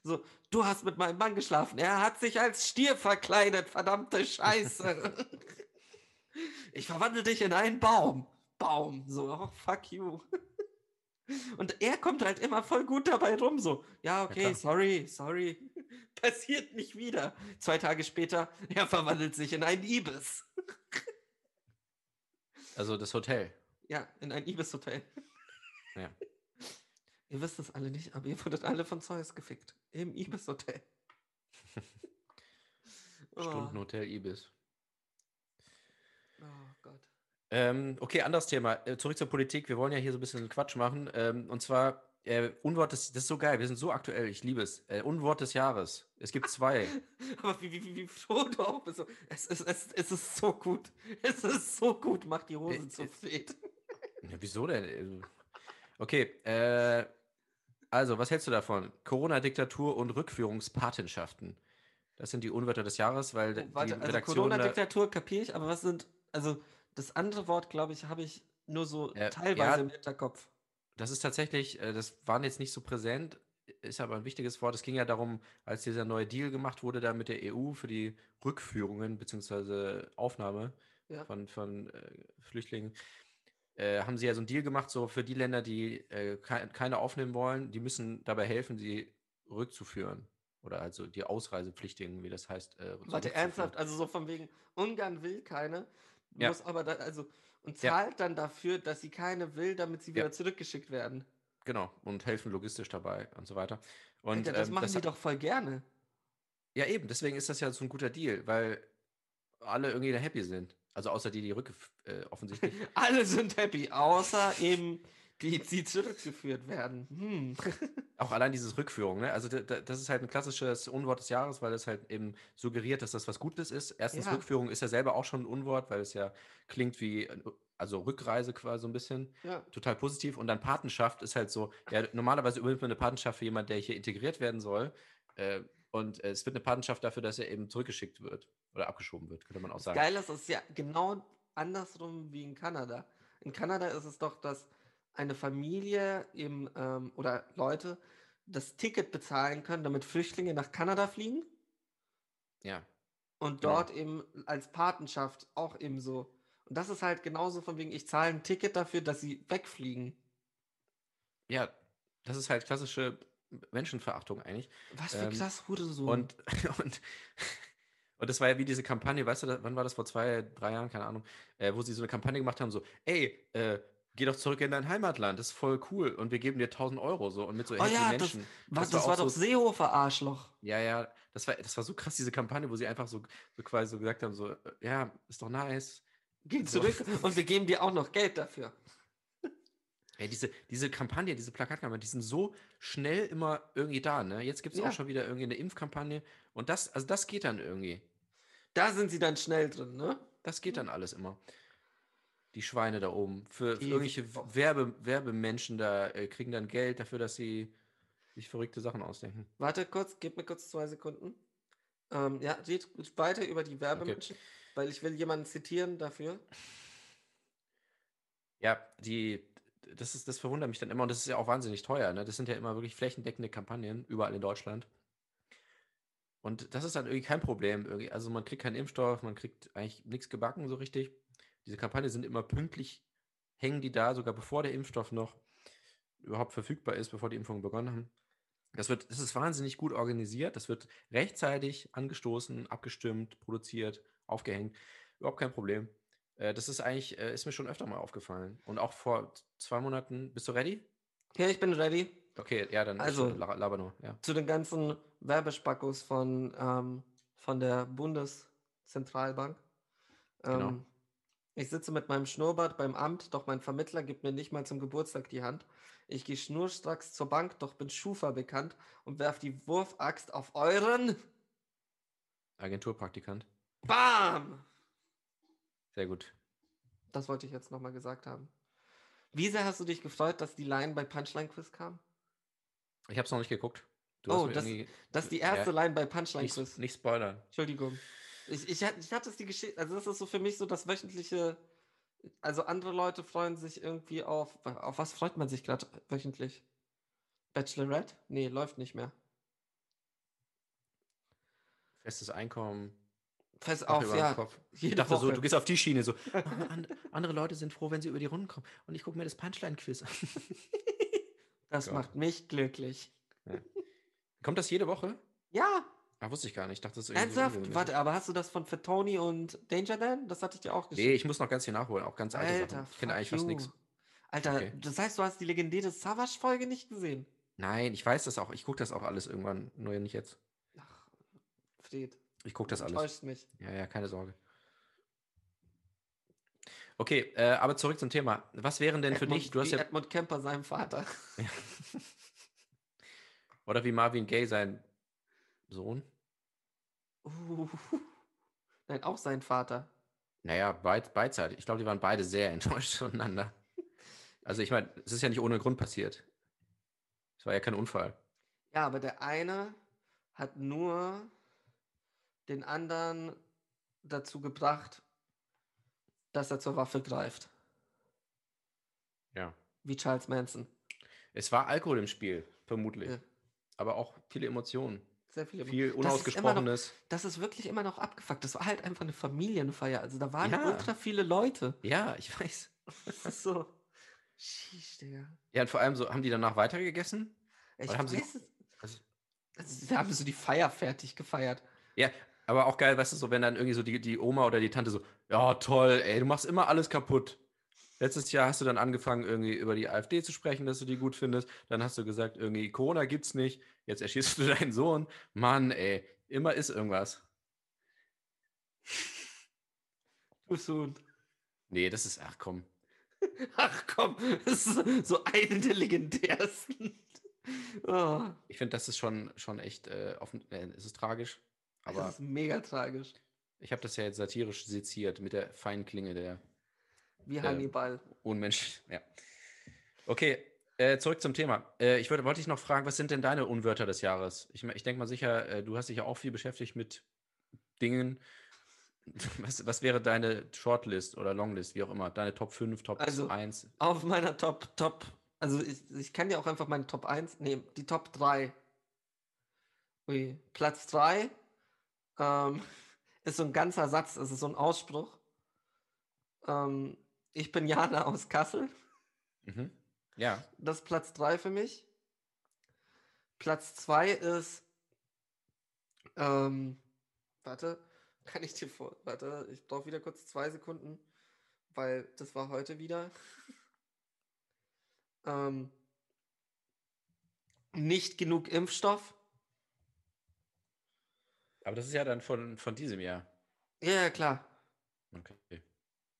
B: So, du hast mit meinem Mann geschlafen. Er hat sich als Stier verkleidet, verdammte Scheiße. ich verwandle dich in einen Baum. Baum. So, oh, fuck you. Und er kommt halt immer voll gut dabei rum. So, ja, okay,
A: klar.
B: sorry, sorry. Passiert nicht wieder. Zwei Tage später, er verwandelt sich in einen Ibis.
A: Also das Hotel.
B: Ja, in ein Ibis-Hotel.
A: Ja.
B: Ihr wisst es alle nicht, aber ihr wurdet alle von Zeus gefickt. Im Ibis-Hotel. oh,
A: Stundenhotel Ibis.
B: oh Gott.
A: Ähm, okay, anderes Thema. Äh, Zurück zur Politik. Wir wollen ja hier so ein bisschen Quatsch machen. Ähm, und zwar, äh, Unwort des, das ist so geil. Wir sind so aktuell. Ich liebe es. Äh, Unwort des Jahres. Es gibt zwei.
B: Aber wie, wie, wie, wie froh du auch bist. So, Es ist, es, es ist so gut. Es ist so gut, macht die Hose
A: Äh,
B: zu
A: äh,
B: fett.
A: Ja, wieso denn? Also, Okay, äh, also, was hältst du davon? Corona-Diktatur und Rückführungspatenschaften. Das sind die Unwörter des Jahres, weil de-
B: Oh, Warte,
A: die
B: also
A: Redaktion. da-
B: Corona-Diktatur kapiere ich, aber was sind. Also, das andere Wort, glaube ich, habe ich nur so
A: Äh,
B: teilweise
A: ja.
B: im Hinterkopf.
A: Das ist tatsächlich, äh, das waren jetzt nicht so präsent, ist aber ein wichtiges Wort. Es ging ja darum, als E dieser neue Deal gemacht wurde da mit der EU für die Rückführungen bzw. Aufnahme
B: Ja.
A: von, von äh, Flüchtlingen, äh, haben sie ja so einen Deal gemacht, so für die Länder, die äh, kei- keine aufnehmen wollen, die müssen dabei helfen, sie rückzuführen. Oder also die Ausreisepflichtigen, wie das heißt. Äh,
B: Warte,
A: zurückzuführen.
B: ernsthaft, also so von wegen, Ungarn will keine,
A: Ja.
B: muss aber da, also, und
A: Ja.
B: zahlt dann dafür, dass sie keine will, damit sie
A: Ja.
B: wieder zurückgeschickt werden.
A: Genau, und helfen logistisch dabei und so weiter. Und
B: Alter, das
A: ähm,
B: machen
A: das,
B: die doch voll gerne.
A: Ja, eben, deswegen ist das ja so ein guter Deal, weil alle irgendwie da happy sind. Also außer die, die rückgef äh, offensichtlich.
B: Alle sind happy, außer eben die, die zurückgeführt werden. Hm.
A: Auch allein dieses Rückführung, ne? Also da, da, das ist halt ein klassisches Unwort des Jahres, weil es halt eben suggeriert, dass das was Gutes ist. Erstens,
B: Ja.
A: Rückführung ist ja selber auch schon ein Unwort, weil es ja klingt wie, äh, also Rückreise quasi so ein bisschen.
B: Ja.
A: Total positiv. Und dann Patenschaft ist halt so, ja, normalerweise übernimmt man eine Patenschaft für jemanden, der hier integriert werden soll. Äh, und es wird eine Patenschaft dafür, dass er eben zurückgeschickt wird oder abgeschoben wird, könnte man auch sagen.
B: Geil ist es ja genau andersrum wie in Kanada. In Kanada ist es doch, dass eine Familie eben, ähm, oder Leute das Ticket bezahlen können, damit Flüchtlinge nach Kanada fliegen
A: Ja.
B: und
A: Genau.
B: dort eben als Patenschaft auch eben so. Und das ist halt genauso von wegen, ich zahle ein Ticket dafür, dass sie wegfliegen.
A: ja, das ist halt klassische Menschenverachtung eigentlich.
B: Was für
A: Ähm,
B: klasse Hurensohn.
A: Und, und, und das war ja wie diese Kampagne, weißt du, da- wann war das vor zwei, drei Jahren, keine Ahnung, äh, wo sie so eine Kampagne gemacht haben, so, ey, äh, geh doch zurück in dein Heimatland, das ist voll cool und wir geben dir 1000 Euro so und mit so
B: Oh ja, das-
A: Menschen.
B: Was,
A: war
B: das
A: auch
B: war doch
A: so-
B: Seehofer Arschloch.
A: Ja, ja, das war, das war so krass, diese Kampagne, wo sie einfach so, so quasi so gesagt haben, so, äh, ja, ist doch nice.
B: Geh
A: So.
B: zurück und wir geben dir auch noch Geld dafür.
A: Ey, diese, diese Kampagne, diese Plakatkampagne, die sind so schnell immer irgendwie da, ne? Jetzt gibt es
B: Ja.
A: auch schon wieder irgendwie eine Impfkampagne und das, also das geht dann irgendwie.
B: Da sind sie dann schnell drin, ne?
A: Das geht dann alles immer. Die Schweine da oben. Für, für
B: Die-
A: irgendwelche Werbe, Werbemenschen da äh, kriegen dann Geld dafür, dass sie sich verrückte Sachen ausdenken.
B: Warte kurz, gib mir kurz zwei Sekunden. Ähm, ja, red weiter über die Werbemenschen, weil ich will jemanden zitieren dafür.
A: Ja, die, das ist, das verwundert mich dann immer und das ist ja auch wahnsinnig teuer, ne? Das sind ja immer wirklich flächendeckende Kampagnen, überall in Deutschland. Und das ist dann irgendwie kein Problem. Irgendwie. Also man kriegt keinen Impfstoff, man kriegt eigentlich nichts gebacken so richtig. Diese Kampagnen sind immer pünktlich, hängen die da, sogar bevor der Impfstoff noch überhaupt verfügbar ist, bevor die Impfungen begonnen haben. Das wird, das ist wahnsinnig gut organisiert, das wird rechtzeitig angestoßen, abgestimmt, produziert, aufgehängt. Überhaupt kein Problem. Äh, das ist eigentlich, äh, ist mir schon öfter mal aufgefallen. Und auch vor zwei Monaten, bist du ready?
B: Ja, ich bin ready.
A: Okay, ja, dann
B: Also-
A: schon, la- laber nur, ja.
B: Zu den ganzen Werbespackos von, ähm, von der Bundeszentralbank. Ähm,
A: Genau.
B: Ich sitze mit meinem Schnurrbart beim Amt, doch mein Vermittler gibt mir nicht mal zum Geburtstag die Hand. Ich gehe schnurstracks zur Bank, doch bin Schufa bekannt und werf die Wurfaxt auf euren
A: Agenturpraktikant.
B: BAM!
A: Sehr gut.
B: Das wollte ich jetzt nochmal gesagt haben. Wie sehr hast du dich gefreut, dass die Line bei Punchline Quiz kam?
A: Ich habe es noch nicht geguckt. Du
B: Oh,
A: mir
B: das-
A: irgendwie-
B: Das ist die
A: Ja,
B: erste Line bei Punchline
A: nicht,
B: Quiz.
A: nicht spoilern.
B: Entschuldigung. Ich, ich, hat- ich hatte es die Geschichte, also das ist so für mich so das wöchentliche, also andere Leute freuen sich irgendwie auf, auf was freut man sich gerade wöchentlich? Bachelorette? Nee, läuft nicht mehr.
A: Festes Einkommen.
B: Fest
A: Dach
B: auf,
A: über dem
B: ja.
A: Kopf. Ich
B: Jede
A: dachte so,
B: Woche.
A: du gehst auf die Schiene so. "Ah, an- andere Leute sind froh, wenn sie über die Runden kommen. Und ich gucke mir das Punchline-Quiz an.
B: das
A: Gott.
B: macht mich glücklich.
A: Kommt das jede Woche?
B: Ja,
A: Ah, wusste ich gar nicht. Ich dachte, das ist irgendwie so
B: ernsthaft?
A: ungewöhnlich.
B: Warte, aber hast du das von Fatoni und Danger Dan? Das hatte ich dir auch geschickt.
A: Nee, ich muss noch ganz viel nachholen. Auch ganz alte Sachen. Ich kenne
B: fuck
A: eigentlich fast nichts.
B: you. Alter,
A: Okay.
B: das heißt, du hast die legendäre Savage-Folge nicht gesehen?
A: Nein, ich weiß das auch. Ich gucke das auch alles irgendwann. Nur nicht jetzt.
B: Ach, Fred,
A: Ich gucke das
B: du
A: alles.
B: täuscht mich.
A: Ja, ja, keine Sorge. Okay, äh, aber zurück zum Thema. Was wären denn für
B: Edmund,
A: dich, du hast
B: Äh, wie äh,
A: ja,
B: Edmund Kemper seinem Vater.
A: oder wie Marvin Gaye, sein Sohn?
B: Uh, nein, auch sein Vater.
A: Naja, beid, beidseitig. Ich glaube, die waren beide sehr enttäuscht voneinander. Also ich meine, es ist ja nicht ohne Grund passiert. Es war ja kein Unfall.
B: Ja, aber der eine hat nur den anderen dazu gebracht, dass er zur Waffe greift.
A: Ja.
B: Wie Charles Manson.
A: Es war Alkohol im Spiel, vermutlich.
B: Ja.
A: Aber auch viele Emotionen.
B: Sehr viele.
A: Viel
B: Das ist immer noch-
A: Unausgesprochenes.
B: Das ist wirklich immer noch abgefuckt. Das war halt einfach eine Familienfeier. Also da waren
A: Ja.
B: ultra viele Leute.
A: Ja, ich weiß.
B: Das ist so. Sheesh, Digga.
A: Ja, und vor allem so, haben die danach weitergegessen?
B: Ich
A: Oder haben sie-
B: weiß es.
A: also-
B: Also, da haben sie die Feier fertig gefeiert.
A: Aber auch geil, weißt du, so, wenn dann irgendwie so die, die Oma oder die Tante so, ja, toll, ey, du machst immer alles kaputt. Letztes Jahr hast du dann angefangen, irgendwie über die AfD zu sprechen, dass du die gut findest. Dann hast du gesagt, irgendwie Corona gibt's nicht. Jetzt erschießt du deinen Sohn. Mann, ey, immer ist irgendwas.
B: Too soon.
A: Nee, das ist, ach komm.
B: Ach komm, das ist so eine der legendärsten. Oh,
A: Ich finde, das ist schon, schon echt, äh, offen, äh, es ist tragisch. Aber
B: das ist mega tragisch.
A: ich habe das ja jetzt satirisch seziert mit der feinen Klinge der
B: Wie Hannibal.
A: Unmensch. Ja. Okay, äh, zurück zum Thema. Äh, ich wollte, wollte dich noch fragen, was sind denn deine Unwörter des Jahres? Ich, me- ich denke mal sicher, äh, du hast dich ja auch viel beschäftigt mit Dingen. Was, was wäre deine Shortlist oder Longlist, wie auch immer? Deine Top 5, Top
B: Also-
A: 1?
B: Auf meiner Top, Top. Also ich, ich kann ja auch einfach meine Top 1 nehmen. Die Top 3. Ui, Platz 3 ähm, ist so ein ganzer Satz, es ist so ein Ausspruch. Ähm, ich bin Jana aus Kassel.
A: Mhm. Ja.
B: Das ist Platz 3 für mich. Platz 2 ist. Ähm, warte, kann ich dir vor. Warte, ich brauche wieder kurz zwei Sekunden, weil das war heute wieder. ähm, nicht genug Impfstoff.
A: Aber das ist ja dann von, von diesem Jahr.
B: Ja, ja, klar.
A: Okay.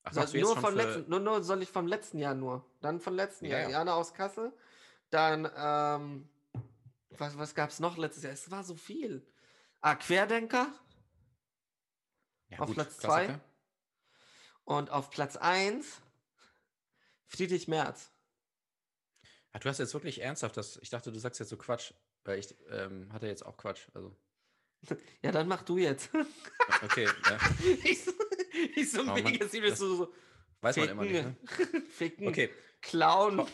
A: Ach,
B: Soll,
A: sagst du Also jetzt
B: Also nur
A: schon
B: vom
A: für-
B: letzten, nur, nur soll ich vom letzten Jahr nur. Dann vom letzten
A: Ja,
B: Jahr.
A: ja.
B: Jana aus Kassel. Dann, ähm, was, was gab es noch letztes Jahr? Es war so viel. Ah, Querdenker.
A: Ja,
B: auf
A: gut,
B: Platz zwei?
A: Klassiker.
B: Und auf Platz 1 Friedrich Merz.
A: Ach, Ah, du hast jetzt wirklich ernsthaft das. Ich dachte, du sagst jetzt so Quatsch, weil ich ähm, hatte jetzt auch Quatsch. Also,
B: Ja, dann mach du jetzt.
A: okay. ja.
B: ich so, ich so
A: Oh Mann,
B: mega serious,
A: das
B: so, so
A: Weiß man immer nicht. Ne?
B: Ficken. Ficken,
A: Okay.
B: Clown.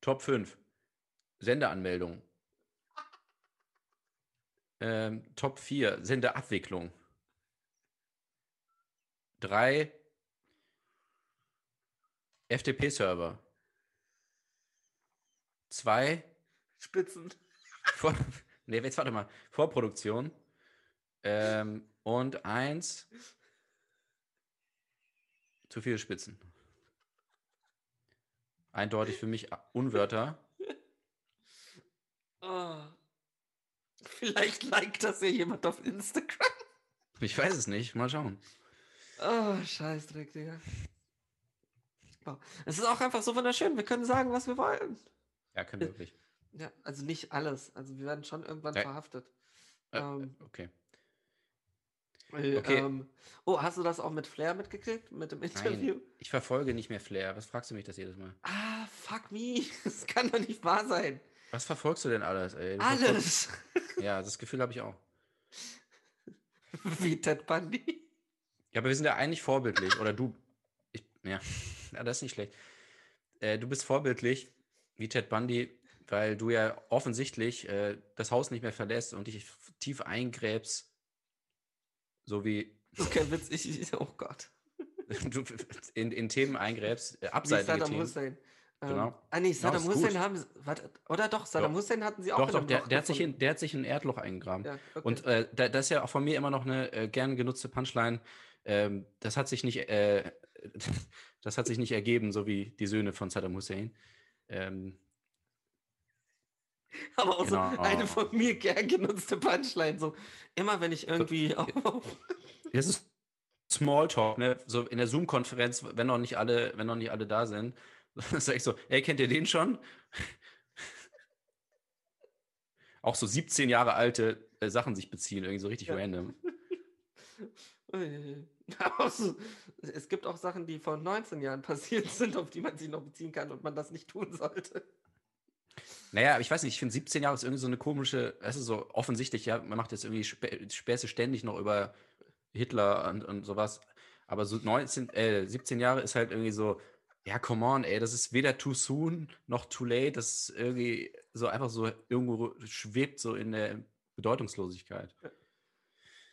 A: Top 5. Sendeanmeldung. Ähm, Top 4. Sendeabwicklung. 3. FTP-Server. 2.
B: Spitzen.
A: Vor nee, jetzt warte mal. Vorproduktion. Ähm, und 1. Zu viele Spitzen. Eindeutig für mich Unwörter.
B: Oh. Vielleicht liked das ja jemand auf Instagram.
A: Ich weiß es nicht. Mal schauen.
B: Oh, Scheißdreck, Digga. Wow. Es ist auch einfach so wunderschön. Wir können sagen, was wir wollen.
A: Ja, können wir wirklich.
B: Ja, also nicht alles. Also wir werden schon irgendwann
A: Ja.
B: verhaftet.
A: Äh,
B: Ähm,
A: Okay.
B: Äh,
A: Okay.
B: Ähm, oh, hast du das auch mit Flair mitgekriegt? Mit dem Interview?
A: Nein, ich verfolge nicht mehr Flair. Was fragst du mich das jedes Mal?
B: Ah, fuck me. Das kann doch nicht wahr sein.
A: Was verfolgst du denn alles, ey? Du verfolgst-
B: Alles.
A: Ja, das Gefühl habe ich auch.
B: Wie Ted Bundy.
A: Ja, aber wir sind ja eigentlich vorbildlich. Oder du. Ich, ja. ja, das ist nicht schlecht. Äh, du bist vorbildlich, wie Ted Bundy, weil du ja offensichtlich äh, das Haus nicht mehr verlässt und dich f- tief eingräbst. So wie
B: Das ist kein Witz. Ich, ich, oh Gott.
A: du in, in Themen eingräbst, äh,
B: Wie
A: abseitige
B: Saddam
A: Themen.
B: Hussein. Ähm,
A: Genau.
B: Ah, nee,
A: Genau,
B: Saddam
A: ist
B: Hussein
A: gut.
B: haben. sie- Warte, oder doch, Saddam
A: Doch.
B: Hussein hatten sie auch
A: Doch,
B: in
A: doch,
B: einem
A: der,
B: Loch
A: der, hat sich
B: gefunden.
A: in, der hat sich in ein Erdloch eingegraben.
B: Ja, okay.
A: Und äh, da, das ist ja auch von mir immer noch eine äh, gern genutzte Punchline. Ähm, das hat sich nicht, äh, das hat sich nicht ergeben, so wie die Söhne von Saddam Hussein. Ähm,
B: Aber auch so
A: genau.
B: eine von mir gern genutzte Punchline. So, immer wenn ich irgendwie. auf-
A: das ist Smalltalk, ne? So in der Zoom-Konferenz, wenn noch nicht alle, wenn noch nicht alle da sind, sage ich so: Ey, kennt ihr den schon? Auch so 17 Jahre alte äh, Sachen sich beziehen, irgendwie so richtig
B: Ja.
A: random.
B: Uiuiui. Aber so- es gibt auch Sachen, die vor 19 Jahren passiert sind, auf die man sich noch beziehen kann und man das nicht tun sollte.
A: Naja, aber ich weiß nicht, ich finde 17 Jahre ist irgendwie so eine komische, es ist so offensichtlich, ja, man macht jetzt irgendwie Spä Späße ständig noch über Hitler und, und sowas. Aber so 19, äh, 17 Jahre ist halt irgendwie so, Ja, come on, ey, das ist weder too soon noch too late. Das ist irgendwie so einfach so irgendwo schwebt so in der Bedeutungslosigkeit.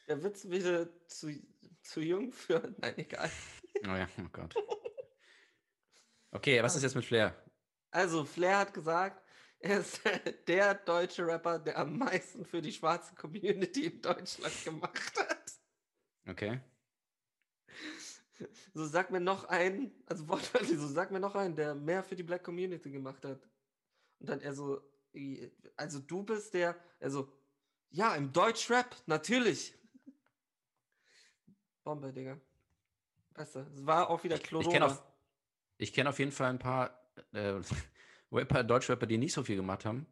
B: Der Witz wieder zu, zu jung für. Nein, egal.
A: Oh ja, oh Gott. Okay, was ist jetzt mit Flair?
B: Also, Flair hat gesagt, er ist der deutsche Rapper, der am meisten für die schwarze Community in Deutschland gemacht hat.
A: Okay.
B: So, sag mir noch einen, also wortwörtlich, so, sag mir noch einen, der mehr für die Black Community gemacht hat. Und dann er so, i- also du bist der, also, ja, im Deutschrap, natürlich. Bombe, Digga. Besser. Es war auch wieder
A: Ich
B: Chlorona.
A: kenne auf, ich kenn auf jeden Fall ein paar äh, Rapper, Deutschrapper, die nicht so viel gemacht haben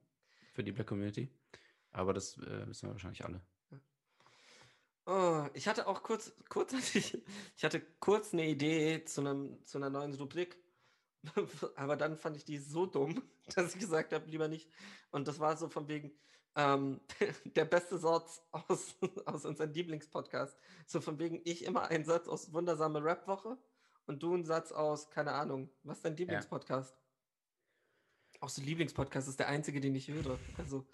A: für die Black Community. Aber das äh, wissen wir wahrscheinlich alle.
B: Oh, ich hatte auch kurz, kurz hatte ich, ich hatte kurz eine Idee zu, einem, zu einer neuen Rubrik, aber dann fand ich die so dumm, dass ich gesagt habe, lieber nicht. Und das war so von wegen ähm, der beste Satz aus, aus unserem Lieblingspodcast. So von wegen ich immer einen Satz aus Wundersame Rap-Woche und du einen Satz aus, keine Ahnung, was ist dein Lieblingspodcast? Auch so Lieblingspodcast ist der einzige, den ich höre. Also.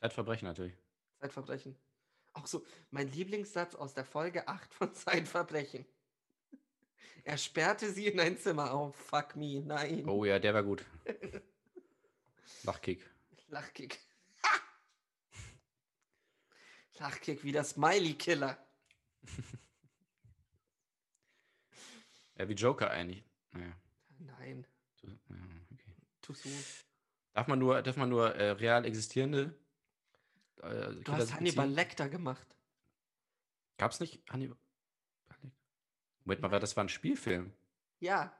A: Zeitverbrechen natürlich.
B: Zeitverbrechen. Auch so, mein Lieblingssatz aus der Folge 8 von Zeitverbrechen. Er sperrte sie in ein Zimmer auf. Fuck me, nein.
A: Oh ja, der war gut. Lachkick.
B: Lachkick. Lachkick wie der Smiley-Killer.
A: Ja, wie Joker eigentlich. Naja.
B: Nein,
A: so- ja, Okay.
B: too soon.
A: Darf man nur, darf man nur äh, real existierende äh,
B: Du hast Hannibal
A: Lecter.
B: Lecter gemacht.
A: Gab's nicht Hannibal? Hannibal- Moment mal, war- das war ein Spielfilm.
B: Ja,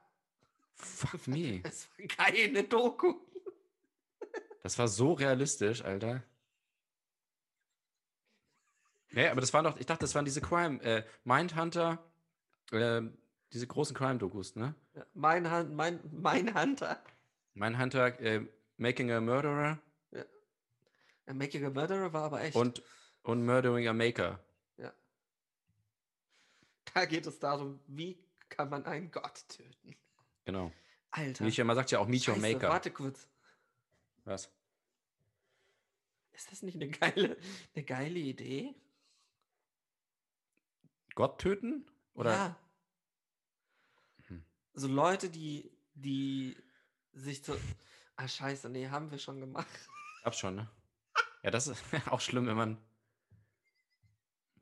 A: Fuck me.
B: es war keine Doku.
A: Das war so realistisch, Alter. Nee, aber das waren doch, ich dachte, das waren diese Crime, äh, Mindhunter, äh, diese großen Crime-Dokus, ne?
B: Ja, Mein, Han- mein, mein Hunter.
A: Mindhunter, äh, Making a Murderer
B: Ja, Making a Murderer war aber echt.
A: und, und Murdering a Maker.
B: da geht es darum, wie kann man einen Gott töten.
A: Genau.
B: Alter.
A: Nietzsche, man sagt ja auch Meet Your
B: Scheiße,
A: Maker.
B: warte kurz.
A: Was?
B: Ist das nicht eine geile, eine geile Idee?
A: Gott töten? Oder?
B: Ja.
A: Hm.
B: So Leute, die, die sich zu. Ah, scheiße, nee, haben wir schon gemacht.
A: Gab's schon, ne? Ja, das ist auch schlimm, wenn man,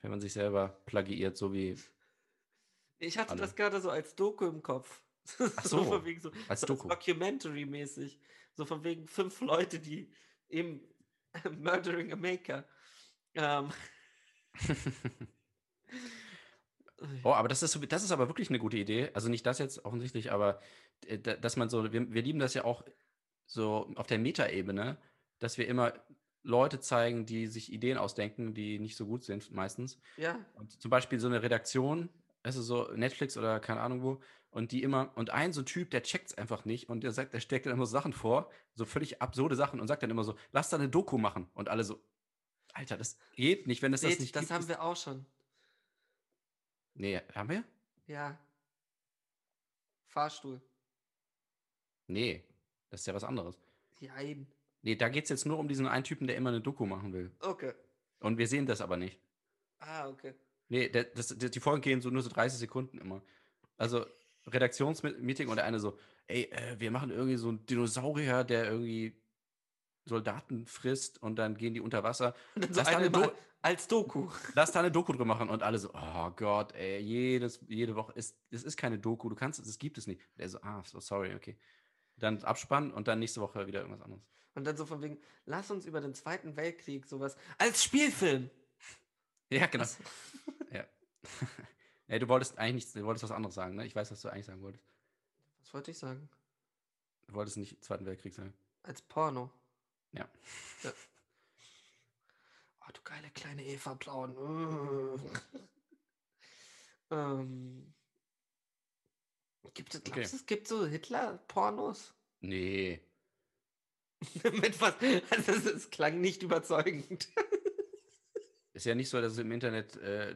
A: wenn man sich selber plagiiert, so wie
B: Ich hatte
A: Alle.
B: das gerade so als Doku im Kopf.
A: Ach so,
B: von wegen so,
A: als
B: so
A: Doku.
B: Documentary-mäßig. So von wegen fünf Leute, die eben Murdering a Maker. Ähm,
A: Oh, aber das ist, so- das ist aber wirklich eine gute Idee. Also nicht das jetzt offensichtlich, aber äh, da- dass man so, wir, wir lieben das ja auch so auf der Metaebene, dass wir immer Leute zeigen, die sich Ideen ausdenken, die nicht so gut sind meistens.
B: ja,
A: Und zum Beispiel so eine Redaktion, also so Netflix oder keine Ahnung wo, und die immer, und ein so Typ, der checkt es einfach nicht und der sagt, der steckt dann immer so Sachen vor, so völlig absurde Sachen und sagt dann immer so, lass da eine Doku machen. Und alle so, Alter, das geht nicht, wenn es das
B: seht,
A: nicht
B: das,
A: gibt.
B: haben
A: ist-
B: wir auch schon.
A: Nee, haben wir?
B: Ja. Fahrstuhl.
A: Nee, das ist ja was anderes.
B: Jein.
A: Nee, da geht es jetzt nur um diesen einen Typen, der immer eine Doku machen will.
B: Okay.
A: Und wir sehen das aber nicht.
B: Ah, okay.
A: Nee, der, das, der, die Folgen gehen so nur so 30 Sekunden immer. Also Redaktionsmeeting und der eine so, ey, äh, wir machen irgendwie so einen Dinosaurier, der irgendwie Soldaten frisst und dann gehen die unter Wasser.
B: Und dann so
A: Lass da,
B: eine
A: eine
B: mal
A: Do-
B: als Doku.
A: lass da eine Doku drüber machen. Und alle so, oh Gott, ey, jedes, jede Woche ist, es ist keine Doku, du kannst, es gibt es nicht. Und er so, ah, so, sorry, okay. Dann abspannen und dann nächste Woche wieder irgendwas anderes.
B: Und dann so von wegen, lass uns über den Zweiten Weltkrieg sowas als Spielfilm.
A: Ja, genau. Ja. ja. Du wolltest eigentlich nichts, du wolltest was anderes sagen, ne? Ich weiß, was du eigentlich sagen wolltest.
B: Was wollte ich sagen?
A: Du wolltest nicht Zweiten Weltkrieg sagen.
B: Als Porno.
A: Ja.
B: ja. Oh, du geile kleine Eva Blauen. ähm, gibt es, glaubst
A: Okay.
B: du, es gibt so Hitler-Pornos?
A: Nee.
B: Mit was? Also, es, es klang nicht überzeugend.
A: Ist äh, ja nicht so, dass es im Internet äh,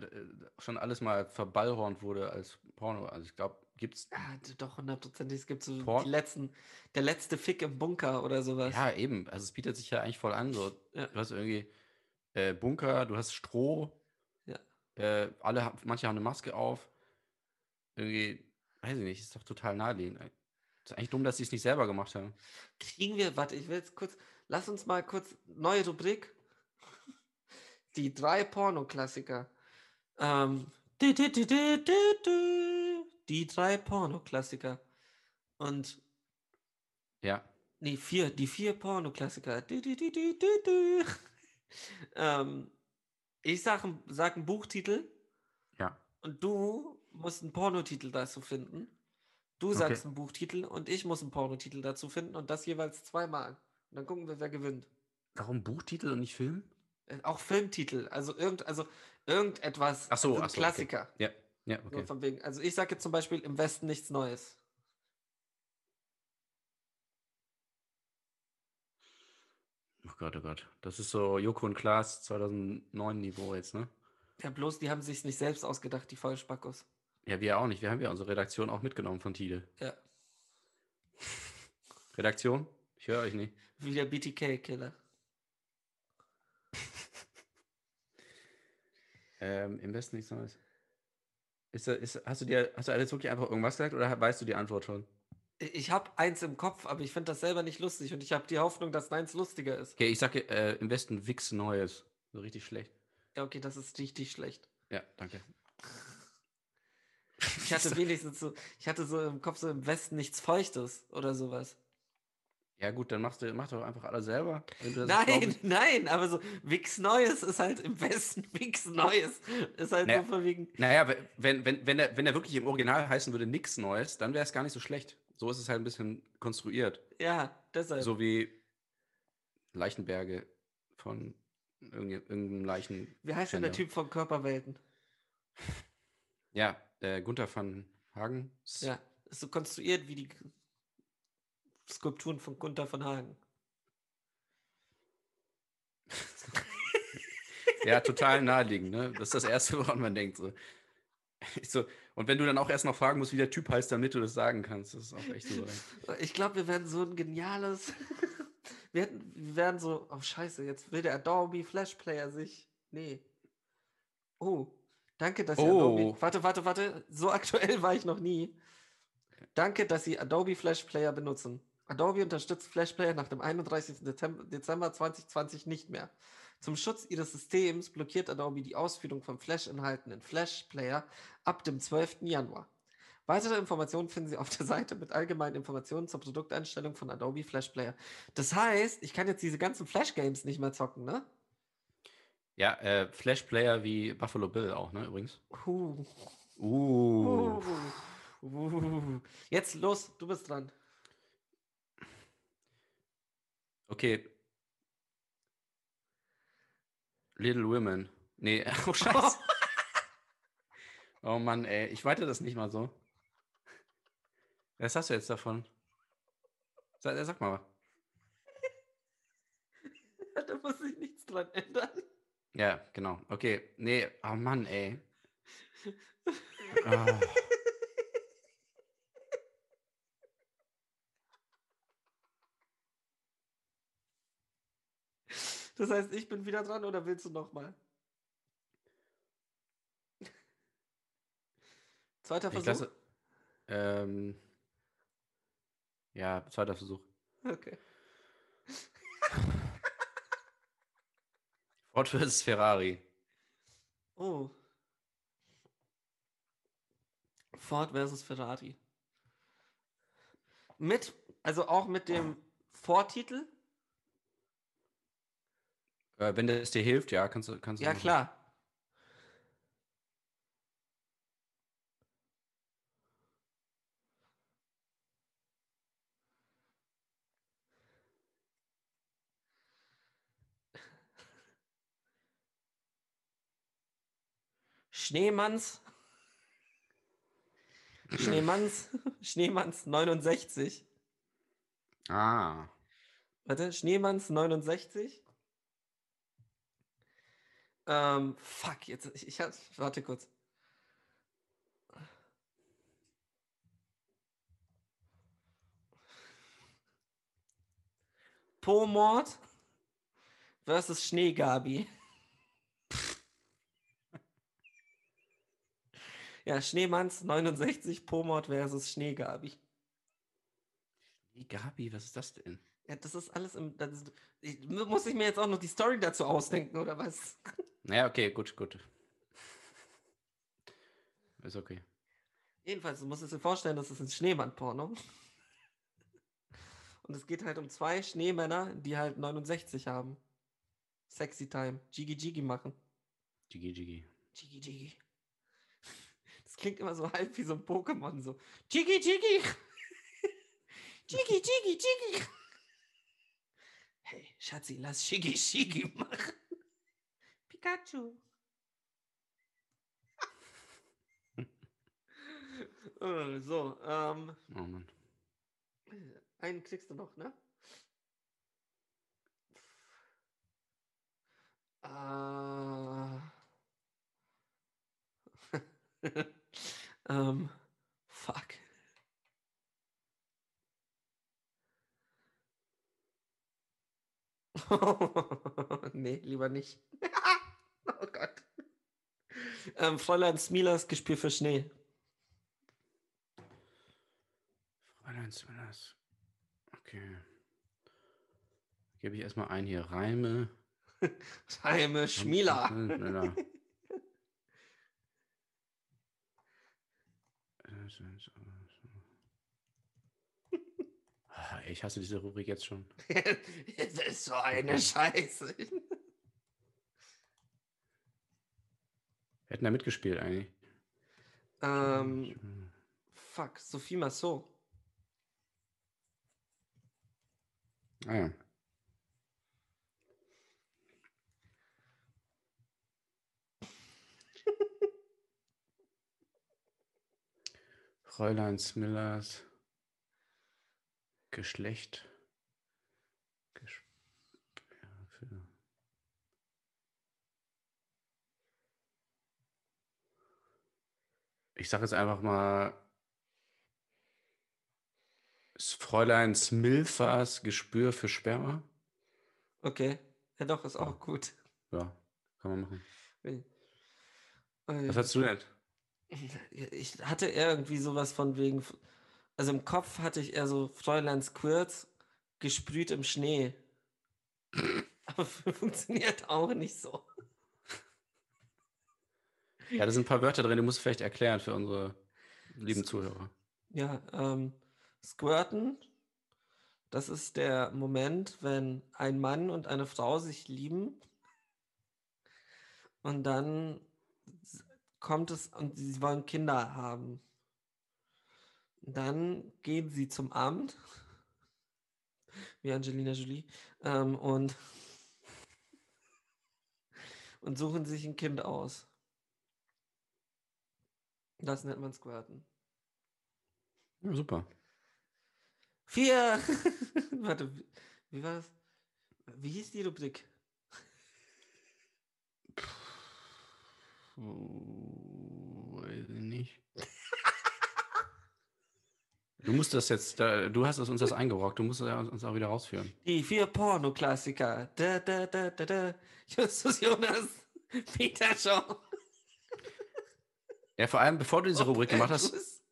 A: schon alles mal verballhornt wurde als Porno. Also ich glaube, gibt's.
B: Ja, Ah, d- doch, hundertprozentig. Es gibt so
A: Porn?
B: die letzten, der letzte Fick im Bunker oder sowas.
A: Ja, eben. Also es bietet sich ja eigentlich voll an. So.
B: Ja.
A: Du hast irgendwie äh, Bunker, du hast Stroh.
B: Ja.
A: Äh, alle, ha- manche haben eine Maske auf. Irgendwie, weiß ich nicht, ist doch total naheliegend. Ist eigentlich dumm, dass sie es nicht selber gemacht haben.
B: Kriegen wir, warte, ich will jetzt kurz, lass uns mal kurz, neue Rubrik. Die drei Pornoklassiker. Ähm, du, du, du, du, du, du. die drei Pornoklassiker. Und,
A: Ja.
B: nee, vier, die vier Pornoklassiker. Du, du, du, du, du, du. Ähm, ich sag, ein- sag einen Buchtitel.
A: Ja.
B: Und du musst einen Pornotitel dazu finden. Du
A: Okay.
B: sagst einen Buchtitel und ich muss einen Pornotitel dazu finden und das jeweils zweimal. Und dann gucken wir, wer gewinnt.
A: Warum Buchtitel und nicht Film?
B: Äh, Auch Filmtitel, also irgend, also irgendetwas,
A: Ach so,
B: also
A: ach so, okay.
B: Klassiker.
A: Ja,
B: So
A: okay.
B: von wegen. Also ich sage jetzt zum Beispiel im Westen nichts Neues.
A: Oh Gott, oh Gott. Das ist so Joko und Klaas 2009 Niveau jetzt, ne?
B: Ja, bloß die haben sich nicht selbst ausgedacht, die Vollspackos.
A: Ja, wir auch nicht. Wir haben ja unsere Redaktion auch mitgenommen von Tide.
B: Ja.
A: Redaktion? Ich höre euch nicht.
B: Wie der BTK-Killer.
A: Ähm, Im besten nichts Neues. Ist, da- ist, hast, du dir, hast du alles wirklich einfach irgendwas gesagt oder weißt du die Antwort schon?
B: Ich habe eins im Kopf, aber ich finde das selber nicht lustig und ich habe die Hoffnung, dass deins lustiger ist.
A: Okay, ich sage äh, im besten Wix Neues. So richtig schlecht.
B: Ja, okay, das ist richtig schlecht.
A: Ja, danke.
B: Ich hatte wenigstens so, ich hatte so im Kopf so im Westen nichts Feuchtes oder sowas.
A: ja, gut, dann machst du, mach doch einfach alles selber. wenn du das
B: nein,
A: glaubst.
B: nein, aber so Wix Neues ist halt im Westen Wix Neues. Ist halt
A: Naja.
B: so von wegen.
A: Naja, we- wenn, wenn, wenn, er, wenn er wirklich im Original heißen würde, nix Neues, dann wäre es gar nicht so schlecht. So ist es halt ein bisschen konstruiert.
B: Ja, deshalb.
A: So wie Leichenberge von irgende- irgendeinem Leichen.
B: Wie heißt denn der
A: Gender.
B: Typ von Körperwelten?
A: Ja, äh, Gunther van Hagen.
B: Ja, ist so konstruiert wie die Skulpturen von Gunther von Hagen.
A: Ja, total naheliegend, ne? Das ist das Erste, woran man denkt. So. Ich so, und wenn du dann auch erst noch fragen musst, wie der Typ heißt, damit du das sagen kannst, das ist auch echt so.
B: Ich glaube, wir werden so ein geniales. wir, hätten, wir werden so. Oh, Scheiße, jetzt will der Adobe Flash Player sich. Nee. Oh, danke, dass Sie
A: Oh.
B: Adobe. Warte, warte, warte. So aktuell war ich noch nie. Danke, dass Sie Adobe Flash Player benutzen. Adobe unterstützt Flash Player nach dem 31. Dezem- Dezember 2020 nicht mehr. Zum Schutz ihres Systems blockiert Adobe die Ausführung von Flash-Inhalten in Flash Player ab dem 12. Januar. Weitere Informationen finden Sie auf der Seite mit allgemeinen Informationen zur Produkteinstellung von Adobe Flash Player. Das heißt, ich kann jetzt diese ganzen Flash-Games nicht mehr zocken, ne?
A: Ja, äh, Flash-Player wie Buffalo Bill auch, ne, übrigens.
B: Huh.
A: Uh.
B: Uh. Uh. Jetzt los, du bist dran.
A: Okay. Little Women. Nee, oh Scheiße. oh Mann, ey, ich weite das nicht mal so. Was hast du jetzt davon? Sag, sag mal.
B: da muss ich nichts dran ändern.
A: Ja, genau. Okay. Nee, oh Mann, ey. Ah.
B: Das heißt, ich bin wieder dran oder willst du nochmal? Zweiter
A: Ich
B: Versuch.
A: lasse. Ähm, ja, zweiter Versuch.
B: Okay.
A: Ford vs. Ferrari.
B: Oh. Ford versus Ferrari. Mit, also auch mit dem Vortitel?
A: Äh, wenn das dir hilft, ja, kannst du. Kannst du
B: Ja,
A: machen.
B: klar. Schneemanns. Schneemanns. Schneemanns 69.
A: Ah.
B: Warte, Schneemanns 69. Ähm, fuck, jetzt, ich, ich hab, warte kurz. Po-Mord versus Schneegabi. ja, Schneemanns 69, Po-Mord versus Schneegabi.
A: Die Gabi, was ist das denn?
B: Ja, das ist alles im. Das ist, ich, muss ich mir jetzt auch noch die Story dazu ausdenken, oder was?
A: Naja, okay, gut, gut. Ist okay.
B: Jedenfalls, du musst es dir vorstellen, das ist ein Schneemann-Porno. Und es geht halt um zwei Schneemänner, die halt 69 haben. Sexy Time. Jiggy Jiggy machen.
A: Jiggy, jiggy.
B: Jiggy Jiggy. Das klingt immer so halb wie so ein Pokémon, so. Jiggy Jiggy. Jiggy Jiggy Jiggy. Hey, Schatzi, lass Shiggy Shiggy machen. Pikachu. Äh, so, ähm,
A: Oh Mann.
B: einen kriegst du noch, ne? Äh. ähm, fuck. nee, lieber nicht. oh Gott. Ähm, Fräulein Smilers Gespür für Schnee.
A: Fräulein Smithers. Okay. Gebe ich erstmal ein hier. Reime.
B: Heime Schmila.
A: Schmieler. Ah, Ich hasse diese Rubrik jetzt schon.
B: das ist so eine Scheiße.
A: Wir hätten da mitgespielt eigentlich.
B: Ähm, fuck, Sophie Massot.
A: Ah ja. Fräulein Smillers Geschlecht. Gesch ja, für ich sage jetzt einfach mal S- Fräulein Smilfers Gespür für Sperma.
B: Okay. Ja, doch, ist auch gut.
A: Ja, kann man machen.
B: Äh,
A: Was hast du denn?
B: Ich hatte eher irgendwie sowas von wegen. Also im Kopf hatte ich eher so Fräulein Squirts gesprüht im Schnee. Aber funktioniert auch nicht so.
A: Ja, da sind ein paar Wörter drin, die musst du vielleicht erklären für unsere lieben Zuhörer.
B: Ja, ähm, Squirten, das ist der Moment, wenn ein Mann und eine Frau sich lieben und dann s- kommt es und sie wollen Kinder haben. Dann gehen sie zum Amt, wie Angelina Jolie, ähm, und, und suchen sich ein Kind aus. Das nennt man Squirten.
A: Ja, super.
B: Vier. Warte, wie- wie war das? Wie hieß die Rubrik?
A: Puh, Weiß ich nicht. Du musst das jetzt, da, du hast das- uns das eingebrockt, du musst das uns auch wieder rausführen.
B: Die vier Porno-Klassiker. Da, da, da, da, da. Justus Jonas, Peter Shaw.
A: Ja, vor allem, bevor du diese
B: und
A: Rubrik gemacht hast,
B: Andrews.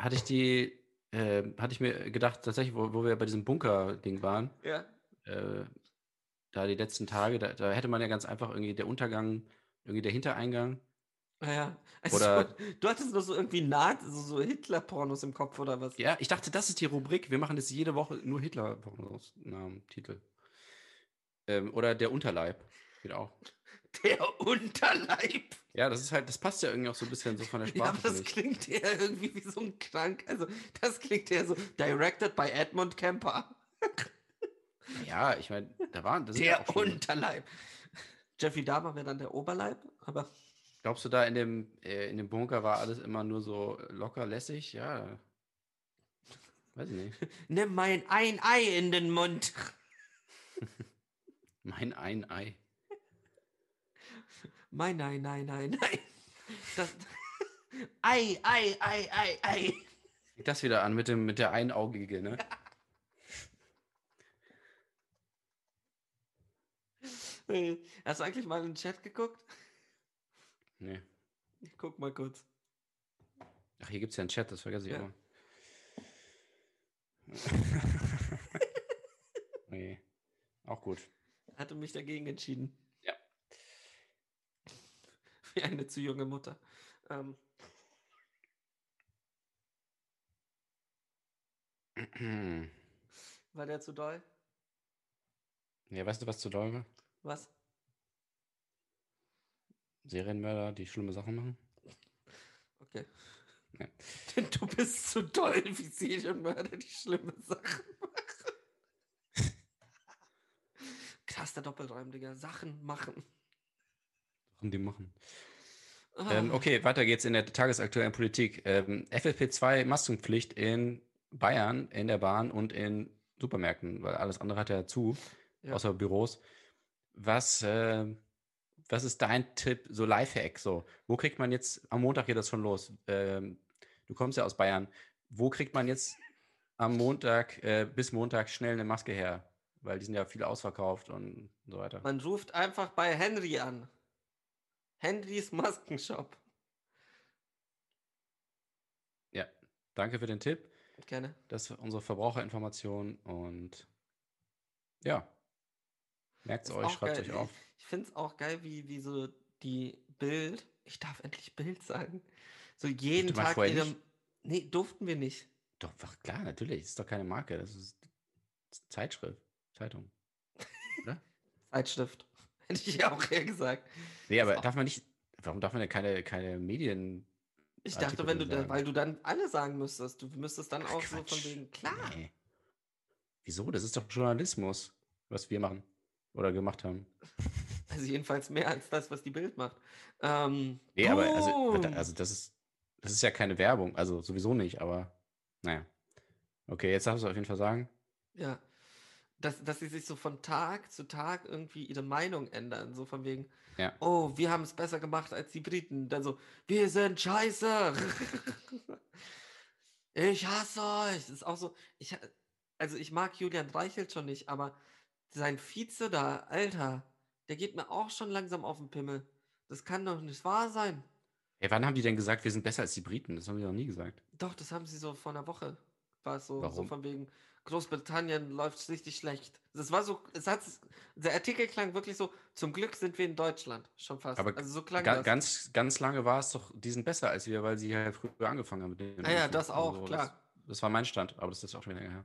A: hatte ich die, ähm, hatte ich mir gedacht, tatsächlich, wo, wo wir bei diesem Bunker-Ding waren,
B: Ja.
A: äh, da die letzten Tage, da, da hätte man ja ganz einfach irgendwie der Untergang, irgendwie der Hintereingang.
B: Naja. Also,
A: Oder-
B: du hattest nur so irgendwie Naht, so, so Hitler-Pornos im Kopf oder was?
A: Ja, ich dachte, das ist die Rubrik. Wir machen jetzt jede Woche nur Hitler-Pornos-Namen, Titel. Ähm, oder der Unterleib. Geht auch.
B: Der Unterleib.
A: Ja, das ist halt, das passt ja irgendwie auch so ein bisschen so von der
B: Ja,
A: Sprache.
B: aber das
A: finde ich.
B: klingt eher irgendwie wie so ein Krank. Also, das klingt eher so. Directed by Edmund Kemper.
A: ja, ich meine, da waren. das sind ja
B: Der
A: auch schon-
B: Unterleib. Jeffrey Dahmer wäre dann der Oberleib, aber
A: Glaubst du, da in dem, äh, in dem Bunker war alles immer nur so locker lässig? Ja. Weiß ich nicht.
B: nimm mein ein Ei in den Mund.
A: Mein ein Ei.
B: Mein nein, nein, nein, nein. Das, ei, ei, ei, ei, ei.
A: Fängt das wieder an mit, dem, mit der Einäugige, ne?
B: Hast du eigentlich mal in den Chat geguckt?
A: Nee.
B: Ich guck mal kurz.
A: Ach, hier gibt es ja einen Chat, das vergesse ich
B: Ja.
A: immer. nee. Auch gut.
B: Hatte mich dagegen entschieden.
A: Ja.
B: Wie eine zu junge Mutter. Ähm, war der zu doll?
A: ja, weißt du, was zu doll war?
B: Was?
A: Serienmörder, die schlimme Sachen machen?
B: Okay.
A: Ja.
B: Denn du bist zu doll, wie Serienmörder die schlimme Sachen machen. Krass, der Doppelräum, Digga. Sachen machen.
A: Sachen, die machen.
B: Ah,
A: Ähm, okay, weiter geht's in der tagesaktuellen Politik. Ähm, FFP2 Maskenpflicht in Bayern, in der Bahn und in Supermärkten, weil alles andere hat ja zu,
B: Ja.
A: außer Büros. Was, ähm, was ist dein Tipp, so Lifehack, so? Wo kriegt man jetzt, am Montag geht das schon los, ähm, du kommst ja aus Bayern, wo kriegt man jetzt am Montag, äh, bis Montag schnell eine Maske her? Weil die sind ja viel ausverkauft und so weiter.
B: Man ruft einfach bei Henry an. Henrys Maskenshop.
A: Danke für den Tipp.
B: Gerne.
A: Das ist unsere Verbraucherinformation und ja. Merkt es
B: Ist
A: euch,
B: auch
A: schreibt
B: geil.
A: euch auf.
B: Ich finde es auch geil, wie, wie so die Bild, ich darf endlich Bild sagen, so jeden
A: man
B: Tag
A: vorher
B: ihre.
A: nicht?
B: Nee, durften wir nicht.
A: Doch, ach, klar, natürlich. Das ist doch keine Marke. Das ist das ist Zeitschrift, Zeitung.
B: Zeitschrift. Hätte ich ja auch eher gesagt.
A: Nee, aber
B: auch-
A: darf man nicht. Warum darf man denn keine, keine Medien.
B: Ich
A: Ah,
B: dachte,
A: Tipp
B: wenn du
A: würde
B: da,
A: sagen.
B: weil du dann alle sagen müsstest, du müsstest dann
A: Ach,
B: auch so von
A: Quatsch.
B: wegen, klar,
A: Nee. Wieso? Das ist doch Journalismus, was wir machen oder gemacht haben.
B: also jedenfalls mehr als das, was die Bild macht. Ähm,
A: Nee, aber also,
B: boom.
A: also das ist. Das ist ja keine Werbung. Also sowieso nicht, aber naja. Okay, jetzt darfst du auf jeden Fall sagen.
B: Ja. Dass, dass sie sich so von Tag zu Tag irgendwie ihre Meinung ändern. So von wegen,
A: Ja.
B: oh, wir haben es besser gemacht als die Briten. Dann so, wir sind scheiße. ich hasse euch. Das ist auch so, ich, ha- also ich mag Julian Reichelt schon nicht, aber sein Vize da, Alter, der geht mir auch schon langsam auf den Pimmel. Das kann doch nicht wahr sein.
A: Ey, wann haben die denn gesagt, wir sind besser als die Briten? Das haben die noch nie gesagt.
B: Doch, das haben sie so vor einer Woche. War es so, so
A: Warum?
B: von wegen Großbritannien läuft es richtig schlecht. Das war so, es hat, der Artikel klang wirklich so, zum Glück sind wir in Deutschland schon fast.
A: Aber
B: also so klang
A: Ga
B: das.
A: ganz, ganz lange war es doch, die sind besser als wir, weil sie ja früher angefangen haben mit dem.
B: Ah ja,
A: Impfen.
B: das auch,
A: Also
B: klar.
A: Das, das war mein Stand, aber das ist auch schon wieder länger her.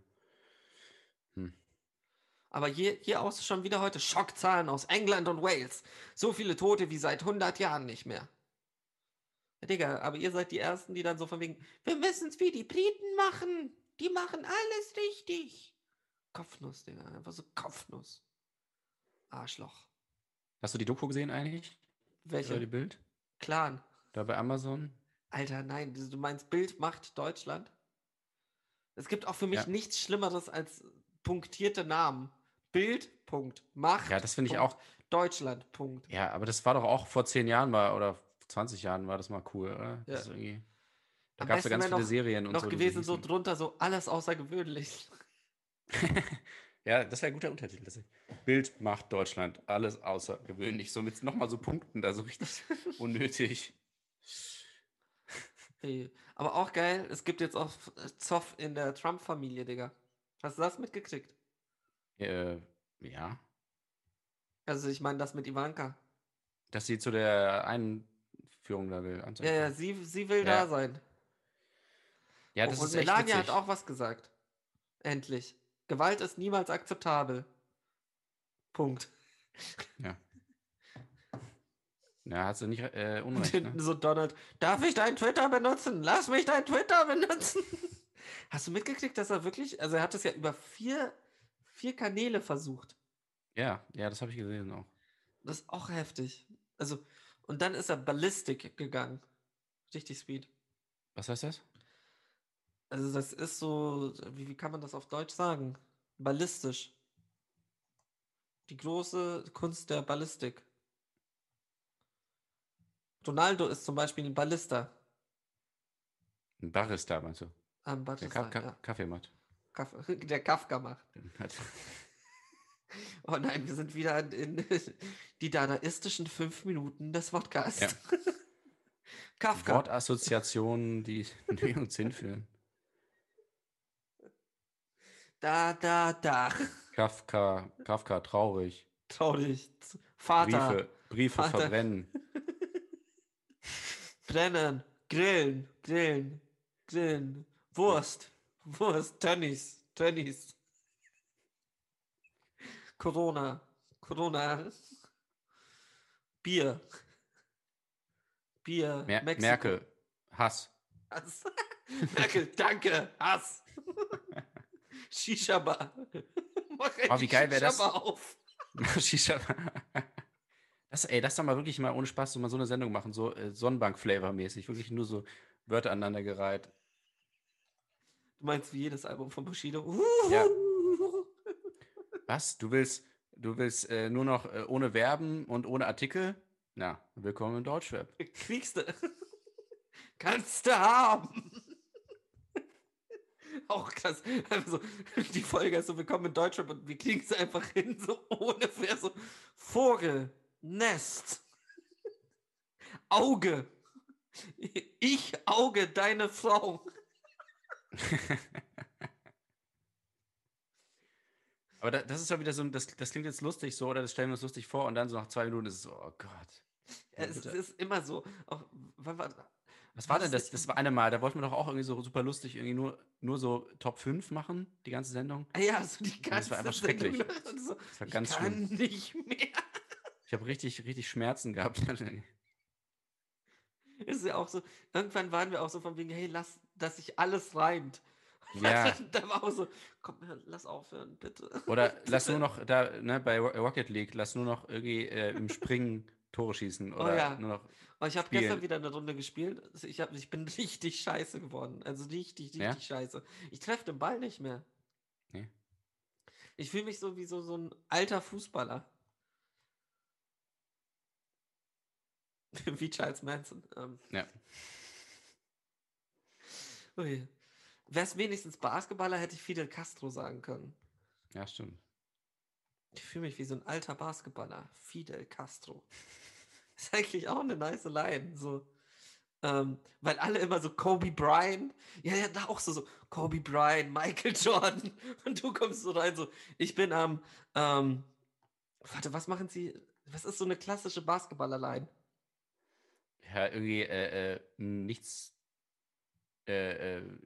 B: Aber hier, hier aus schon wieder heute Schockzahlen aus England und Wales. So viele Tote wie seit 100 Jahren nicht mehr. Ja, Digga, aber ihr seid die Ersten, die dann so von wegen, wir müssen es wie die Briten machen. Die machen alles richtig. Kopfnuss, Digga, einfach so Kopfnuss. Arschloch.
A: Hast du die Doku gesehen eigentlich?
B: Welche?
A: Oder die Bild?
B: Clan.
A: Da bei Amazon?
B: Alter, nein, du du meinst Bild macht Deutschland? Es gibt auch für mich
A: Ja.
B: nichts Schlimmeres als punktierte Namen. Bild, Punkt, Macht.
A: Ja, das finde ich
B: Punkt,
A: auch.
B: Deutschland, Punkt.
A: Ja, aber das war doch auch vor zehn Jahren mal oder 20 Jahren war das mal cool, oder? Das ist
B: Ja.
A: irgendwie, da
B: Am
A: gab es ja
B: besten
A: ganz
B: wär
A: viele
B: noch-
A: Serien und
B: Noch
A: so. die
B: gewesen, so
A: hießen-
B: drunter, so alles außergewöhnlich.
A: Ja, das wäre ein guter Untertitel. Das Bild macht Deutschland alles außergewöhnlich. So mit nochmal so Punkten da so richtig unnötig.
B: Ey, Aber auch geil, es gibt jetzt auch Zoff in der Trump-Familie, Digga. Hast du das mitgekriegt?
A: Äh, ja.
B: Also, ich meine, das mit Ivanka.
A: Dass sie zu der Einführung da will.
B: Ja,
A: anzeigen.
B: ja, sie, sie will
A: Ja.
B: da sein.
A: ja, das
B: und
A: ist echt
B: Melania hat
A: witzig.
B: auch was gesagt. Endlich. Gewalt ist niemals akzeptabel. Punkt.
A: Ja, hat sie nicht äh,
B: Und
A: Unrecht,
B: hinten
A: ne?
B: so Donald, darf ich dein Twitter benutzen? Lass mich dein Twitter benutzen. Hast du mitgekriegt, dass er wirklich, also er hat es ja über vier, vier Kanäle versucht.
A: Ja, ja, das habe ich gesehen auch.
B: Das ist auch heftig. Also, und dann ist er ballistik gegangen. Richtig speed.
A: Was heißt das?
B: Also das ist so, wie, wie kann man das auf Deutsch sagen? Ballistisch. Die große Kunst der Ballistik. Ronaldo ist zum Beispiel ein Ballister.
A: Ein Barista, meinst du?
B: Am
A: Der
B: Barista,
A: Ka Ka
B: ja.
A: Kaffee macht.
B: Kaff- der Kafka macht.
A: Hat-
B: Oh nein, wir sind wieder in die dadaistischen fünf Minuten des Podcasts.
A: Ja.
B: Kafka.
A: Wortassoziationen, die in nirgends hinführen.
B: Da, da, da.
A: Kafka, Kafka, traurig.
B: Traurig. Vater.
A: Briefe, Briefe
B: Vater.
A: verbrennen.
B: Brennen. Grillen. Grillen. Grillen. Wurst. Wurst. Tönnies. Tönnies. Corona. Corona. Bier. Bier.
A: Mer
B: Mexiko.
A: Merkel, Hass.
B: Hass. Merkel, danke, Hass. Shisha-Bar. Mach
A: Oh, wie
B: die
A: geil wär das?
B: Shisha-Bar auf.
A: Shisha. Das, ey, das doch mal wirklich mal ohne Spaß so mal so eine Sendung machen, so äh, Sonnenbank-Flavor-mäßig, wirklich nur so Wörter aneinandergereiht.
B: Du meinst wie jedes Album von Bushido?
A: Ja.
B: Uhuhu.
A: Was? Du willst, du willst äh, nur noch äh, ohne Verben und ohne Artikel? Na, willkommen in Deutschrap.
B: Kriegst du. Kannst du haben. Auch krass. Also, die Folge ist so, wir kommen in Deutschland und wir kriegen es einfach hin, so ohne Wer so. Vogel, Nest, Auge. Ich auge deine Frau.
A: Aber da, das ist ja wieder so, ein- das, das klingt jetzt lustig so, oder das stellen wir uns lustig vor und dann so nach zwei Minuten ist es so, oh Gott. Ja,
B: Es,
A: bitte.
B: ist immer so. Auch, wann war,
A: Was war denn
B: was
A: das? Das war eine Mal, da wollten wir doch auch irgendwie so super lustig, irgendwie nur, nur so Top 5 machen, die ganze Sendung.
B: ah ja, so die
A: das
B: ganze
A: war einfach
B: Sendung
A: schrecklich.
B: und So,
A: Das war
B: ich
A: ganz
B: kann
A: schlimm.
B: nicht mehr.
A: Ich habe richtig, richtig Schmerzen gehabt.
B: ist ja auch so, irgendwann waren wir auch so von wegen, hey, lass, dass sich alles reimt.
A: ja,
B: da war auch so, komm, hör, lass aufhören, bitte.
A: oder lass nur noch da, ne, bei Ro- Rocket League, lass nur noch irgendwie äh, im Springen Tore schießen oder
B: Oh ja.
A: nur noch.
B: Aber ich habe
A: Spiel.
B: gestern wieder eine Runde gespielt. Also Ich, hab, ich bin richtig scheiße geworden. Also richtig, richtig
A: Ja?
B: scheiße. Ich treffe den Ball nicht mehr.
A: Nee.
B: Ich fühle mich so wie so, so ein alter Fußballer. wie Charles Manson. Ähm.
A: Ja.
B: Ui. Wär's wenigstens Basketballer, hätte ich Fidel Castro sagen können.
A: Ja, stimmt.
B: Ich fühle mich wie so ein alter Basketballer. Fidel Castro. Ist eigentlich auch eine nice Line. So. Ähm, weil alle immer so Kobe Bryant, ja, ja, da auch so, so Kobe Bryant, Michael Jordan. Und du kommst so rein, so, ich bin am, ähm, warte, was machen sie? Was ist so eine klassische Basketballer-Line?
A: Ja, irgendwie äh, äh, nichts, äh, äh,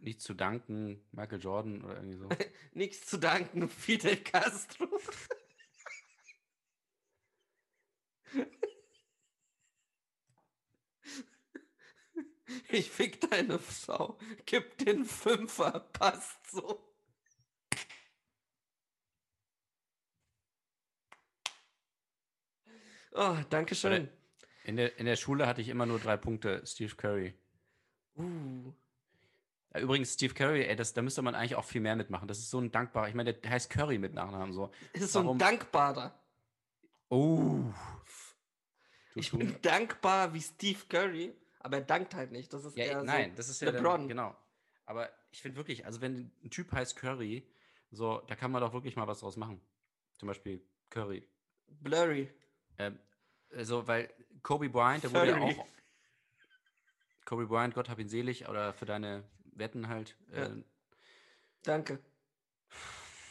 A: nichts zu danken, Michael Jordan oder irgendwie so.
B: Nichts zu danken, Fidel Castro. Ich fick deine Frau, gib den Fünfer, passt so. Oh, danke schön.
A: In der, in der Schule hatte ich immer nur drei Punkte, Steve Curry.
B: Uh,
A: Ja, Übrigens, Steve Curry, ey, das, da müsste man eigentlich auch viel mehr mitmachen. Das ist so ein dankbarer, ich meine, der heißt Curry mit Nachnamen so.
B: ist so ein
A: Warum-
B: dankbarer.
A: Oh. Du,
B: Ich
A: du.
B: bin dankbar wie Steve Curry, aber er dankt halt nicht. Das ist
A: Ja,
B: eher
A: eh,
B: so-
A: nein, das ist ja
B: LeBron.
A: Dann, genau. Aber ich finde wirklich, also wenn ein Typ heißt Curry, so, da kann man doch wirklich mal was draus machen. Zum Beispiel Curry.
B: Blurry.
A: Ähm, also, weil Kobe Bryant, der wurde ja
B: Curry.
A: auch. Kobe Bryant, Gott hab ihn selig, oder für deine Wetten halt.
B: Ja.
A: Äh,
B: Danke.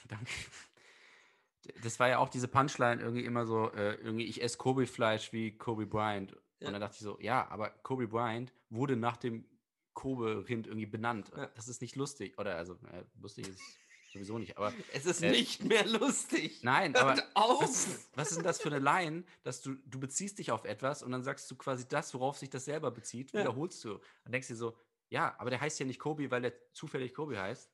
A: Danke. Das war ja auch diese Punchline irgendwie immer so, äh, irgendwie, ich esse Kobe-Fleisch wie Kobe Bryant.
B: Ja.
A: Und dann dachte ich so, ja, aber Kobe Bryant wurde nach dem Kobe-Rind irgendwie benannt.
B: Ja.
A: Das ist nicht lustig. Oder also, äh, lustig ist sowieso nicht, aber
B: Es ist
A: Äh,
B: nicht mehr lustig.
A: nein, aber
B: Hört auf!
A: was, was ist denn das für eine Line, dass du, du beziehst dich auf etwas und dann sagst du quasi das, worauf sich das selber bezieht,
B: Ja.
A: wiederholst du. Dann denkst du dir so, ja, aber der heißt ja nicht Kobe, weil er zufällig Kobe heißt,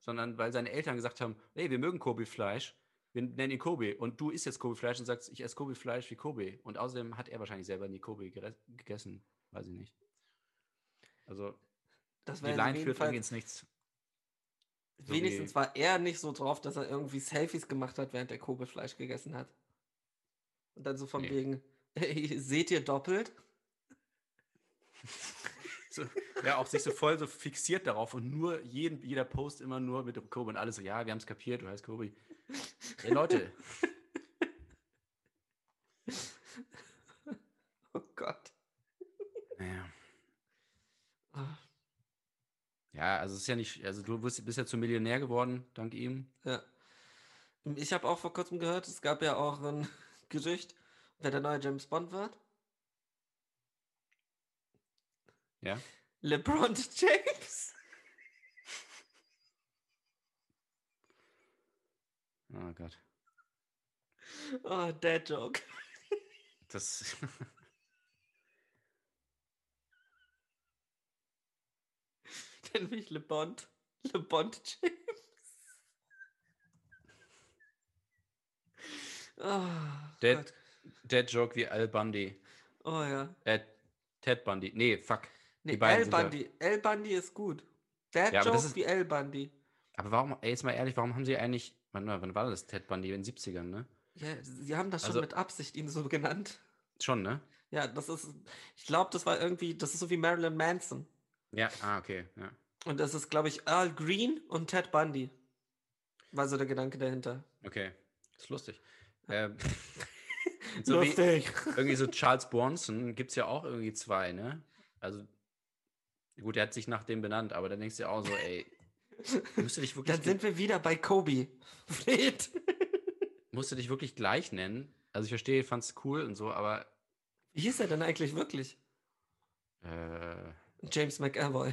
A: sondern weil seine Eltern gesagt haben, nee, wir mögen Kobe-Fleisch, wir nennen ihn Kobe. Und du isst jetzt Kobe-Fleisch und sagst, ich esse Kobe-Fleisch wie Kobe. Und außerdem hat er wahrscheinlich selber nie Kobe gere- gegessen, weiß ich nicht. Also,
B: Das
A: die
B: war
A: Line führt irgendwie
B: wenigstens,
A: ins Nichts. so wie-
B: wenigstens war er nicht so drauf, dass er irgendwie Selfies gemacht hat, während er Kobe-Fleisch gegessen hat. Und dann so von
A: Nee.
B: wegen, hey, seht ihr doppelt?
A: so, ja, auch sich so voll so fixiert darauf und nur jeden, jeder Post immer nur mit Kobe und alles so, ja, wir haben es kapiert, du heißt Kobe. Ey, Leute,
B: Oh Gott.
A: naja.
B: Ah,
A: ja, also es ist ja nicht, also du wirst- bist ja zum Millionär geworden, dank ihm.
B: Ja. Ich habe auch vor kurzem gehört, es gab ja auch ein Gerücht, wer der neue James Bond wird.
A: Ja.
B: LeBron James.
A: Oh Gott.
B: Oh, Dad Joke.
A: Das.
B: Nenn mich LeBond. LeBond James. Ah,
A: Dead,
B: Gott.
A: Dead Joke wie Al Bundy.
B: Oh ja.
A: Äh, Ted Bundy. Nee, fuck.
B: Nee,
A: beiden
B: L
A: sind ja-
B: Bundy. L Bundy ist gut. Dad
A: Ja, aber das
B: Joke
A: ist-
B: wie L Bundy.
A: Aber warum, ey, jetzt mal ehrlich, warum haben sie eigentlich. Wann, war- wann war das Ted Bundy? In den 70ern, ne?
B: Ja, sie haben das schon
A: Also-
B: mit Absicht ihn so genannt.
A: Schon, ne?
B: Ja, das ist, ich glaube, das war irgendwie, das ist so wie Marilyn Manson.
A: Ja, ah, okay. Ja.
B: Und das ist, glaube ich, Earl Green und Ted Bundy. War so der Gedanke dahinter.
A: Okay. Ist lustig. Ähm, so wie irgendwie so Charles Bronson gibt es ja auch irgendwie zwei, ne? Also, gut, er hat sich nach dem benannt, aber dann denkst du ja auch so, ey, musst du dich wirklich,
B: Dann sind wir wieder bei Kobe. Fred.
A: musst du dich wirklich gleich nennen? Also ich verstehe, fand's cool und so, aber
B: Wie hieß er denn eigentlich wirklich?
A: äh,
B: James McAvoy.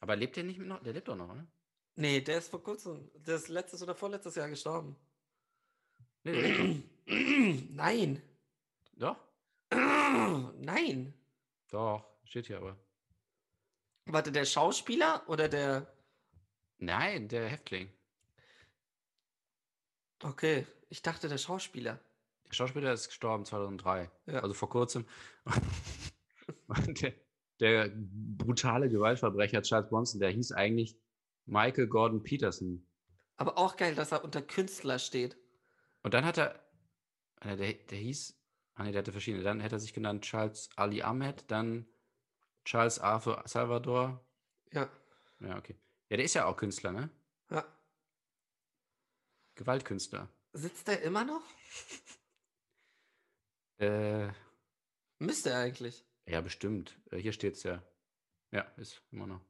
A: aber lebt der nicht mehr noch? Der lebt doch noch, ne?
B: Nee, der ist vor kurzem, der ist letztes oder vorletztes Jahr gestorben.
A: Nee, der lebt
B: Nein.
A: doch. doch.
B: Nein.
A: Doch, steht hier aber.
B: Warte, der Schauspieler oder der.
A: Nein, der Häftling.
B: Okay, ich dachte der Schauspieler.
A: Der Schauspieler ist gestorben 2003,
B: Ja.
A: also vor kurzem. Und der, der brutale Gewaltverbrecher Charles Bronson, der hieß eigentlich Michael Gordon Peterson.
B: Aber auch geil, dass er unter Künstler steht.
A: Und dann hat er, äh, der, der hieß, ah ne, der hatte verschiedene. Dann hätte er sich genannt Charles Ali Ahmed, dann Charles Arthur Salvador.
B: Ja.
A: Ja, okay. Ja, der ist ja auch Künstler, ne?
B: ja.
A: Gewaltkünstler.
B: Sitzt er immer noch?
A: Äh,
B: Müsste er eigentlich.
A: ja, bestimmt. Äh, hier steht's ja. Ja, ist immer noch.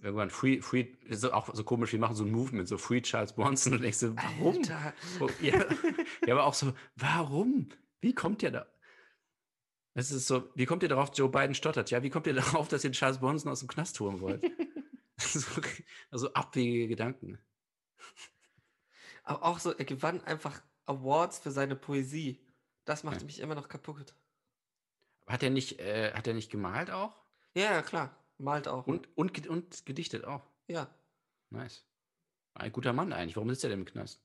A: Irgendwann Free, Free, so, auch so komisch, wir machen so ein Movement, so Free Charles Bronson und ich so, warum?
B: Alter.
A: Wo- Ja, ja, aber auch so, warum? Wie kommt ihr da? Es ist so, wie kommt ihr darauf, Joe Biden stottert? Ja, wie kommt ihr darauf, dass ihr Charles Bronson aus dem Knast holen wollt? so, also abwegige Gedanken.
B: Aber auch so, er gewann einfach Awards für seine Poesie. Das macht
A: Ja.
B: mich immer noch kaputt.
A: Hat er nicht, äh, hat er nicht gemalt auch?
B: Ja, ja, klar. Malt auch.
A: Und, und, ge- und gedichtet auch.
B: Ja,
A: Nice. Ein guter Mann eigentlich. Warum sitzt er denn im Knast?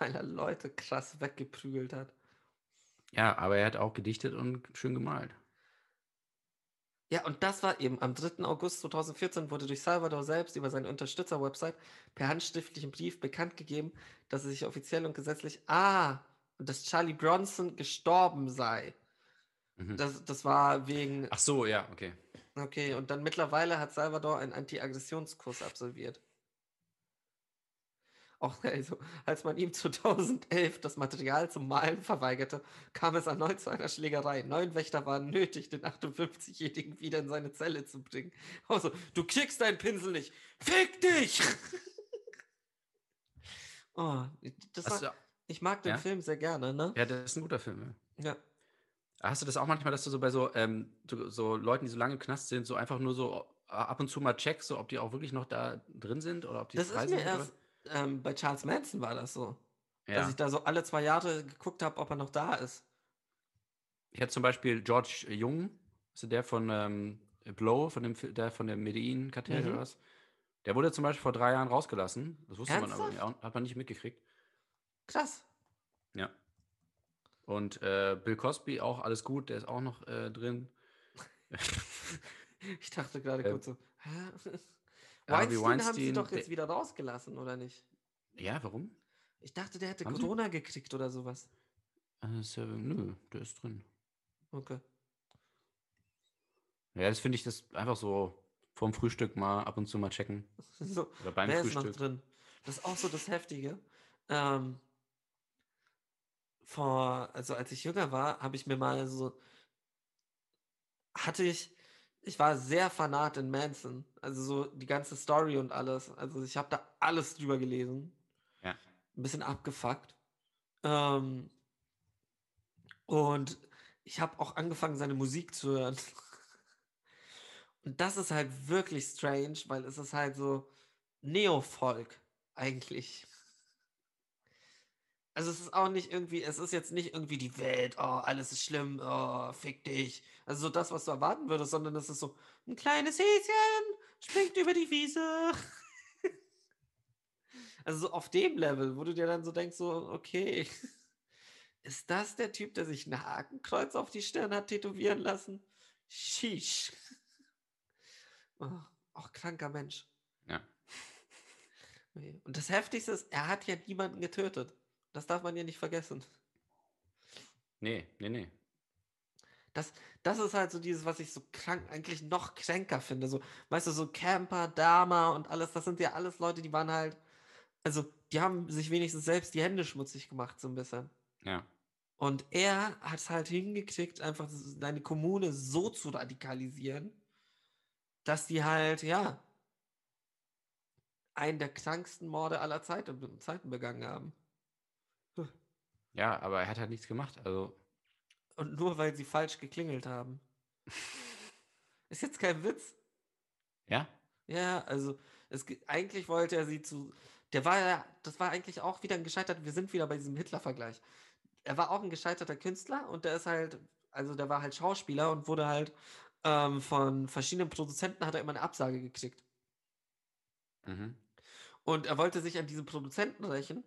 B: weil er Leute krass weggeprügelt hat.
A: Ja, aber er hat auch gedichtet und schön gemalt.
B: Ja, und das war eben am 3. August 2014 wurde durch Salvador selbst über seine Unterstützer-Website per handschriftlichen Brief bekannt gegeben, dass er sich offiziell und gesetzlich ah, und dass Charlie Bronson gestorben sei.
A: Mhm.
B: Das, das war wegen
A: Ach so, ja, okay.
B: Okay, und dann mittlerweile hat Salvador einen Anti-Aggressionskurs absolviert. Auch also, als man ihm 2011 das Material zum Malen verweigerte, kam es erneut zu einer Schlägerei. Neun Wächter waren nötig, den 58-Jährigen wieder in seine Zelle zu bringen. Also, du kriegst deinen Pinsel nicht. Fick dich! oh, das
A: Hast
B: war,
A: du,
B: ich mag den
A: ja?
B: Film sehr gerne, ne?
A: ja, das ist ein guter Film. Ja.
B: Ja.
A: Hast du das auch manchmal, dass du so bei so, ähm, so, so Leuten, die so lange im Knast sind, so einfach nur so äh, ab und zu mal checkst, so, ob die auch wirklich noch da drin sind oder ob die
B: Das ist
A: sind?
B: mir
A: oder-
B: erst ähm, bei Charles Manson war das so. dass
A: ja.
B: ich da so alle zwei Jahre geguckt habe, ob er noch da ist.
A: Ich hatte zum Beispiel George Jung, also der von ähm, Blow, von dem, Fi- der von dem Medellin-Kartell
B: Mhm.
A: oder was. Der wurde zum Beispiel vor drei Jahren rausgelassen. Das wusste man aber
B: Ernsthaft?
A: auch- hat man nicht mitgekriegt.
B: Krass.
A: Ja. Und äh, Bill Cosby auch, alles gut, der ist auch noch äh, drin.
B: Ich dachte gerade
A: Ähm,
B: kurz so, hä?
A: Harvey
B: Weinstein, haben sie
A: Weinstein,
B: doch jetzt
A: der-
B: wieder rausgelassen, oder nicht?
A: Ja, warum?
B: Ich dachte, der hätte
A: Haben sie?
B: Corona gekriegt oder sowas.
A: Äh, ist ja- nö, der ist drin.
B: Okay.
A: Ja, das finde ich das einfach so vorm Frühstück mal ab und zu mal checken.
B: So,
A: Oder beim
B: wer ist noch
A: Frühstück.
B: drin? Das ist auch so das Heftige. Ähm, vor, also als ich jünger war, habe ich mir mal so, hatte ich, ich war sehr fanat in Manson. Also so die ganze Story und alles. Also ich habe da alles drüber gelesen.
A: Ja.
B: Ein bisschen abgefuckt. Ähm, und ich habe auch angefangen, seine Musik zu hören. Und das ist halt wirklich strange, weil es ist halt so Neofolk eigentlich. Also es ist auch nicht irgendwie, es ist jetzt nicht irgendwie die Welt, oh, alles ist schlimm, oh, fick dich. Also so das, was du erwarten würdest, sondern es ist so ein kleines Häschen springt über die Wiese. Also so auf dem Level, wo du dir dann so denkst, so, okay, ist das der Typ, der sich ein Hakenkreuz auf die Stirn hat tätowieren lassen? Sheesh. Oh, auch kranker Mensch.
A: Ja.
B: Nee. Und das Heftigste ist, er hat ja niemanden getötet. Das darf man ja nicht vergessen.
A: Nee, nee, nee.
B: Das ist halt so dieses, was ich so krank, eigentlich noch kränker finde. So, weißt du, so Camper, Dama und alles, das sind ja alles Leute, die waren halt, also die haben sich wenigstens selbst die Hände schmutzig gemacht, so ein bisschen.
A: Ja.
B: Und er hat es halt hingekriegt, einfach seine Kommune so zu radikalisieren, dass die halt, ja, einen der kranksten Morde aller Zeiten, Zeiten begangen haben.
A: Ja, aber er hat halt nichts gemacht. Also,
B: Und nur weil sie falsch geklingelt haben. Ist jetzt kein Witz.
A: ja,
B: Ja, also es, ge- eigentlich wollte er sie zu. Der war ja, das war eigentlich auch wieder ein gescheiterter, wir sind wieder bei diesem Hitler-Vergleich. Er war auch ein gescheiterter Künstler und der ist halt, also der war halt Schauspieler und wurde halt ähm, von verschiedenen Produzenten hat er immer eine Absage gekriegt.
A: mhm.
B: Und er wollte sich an diesen Produzenten rächen.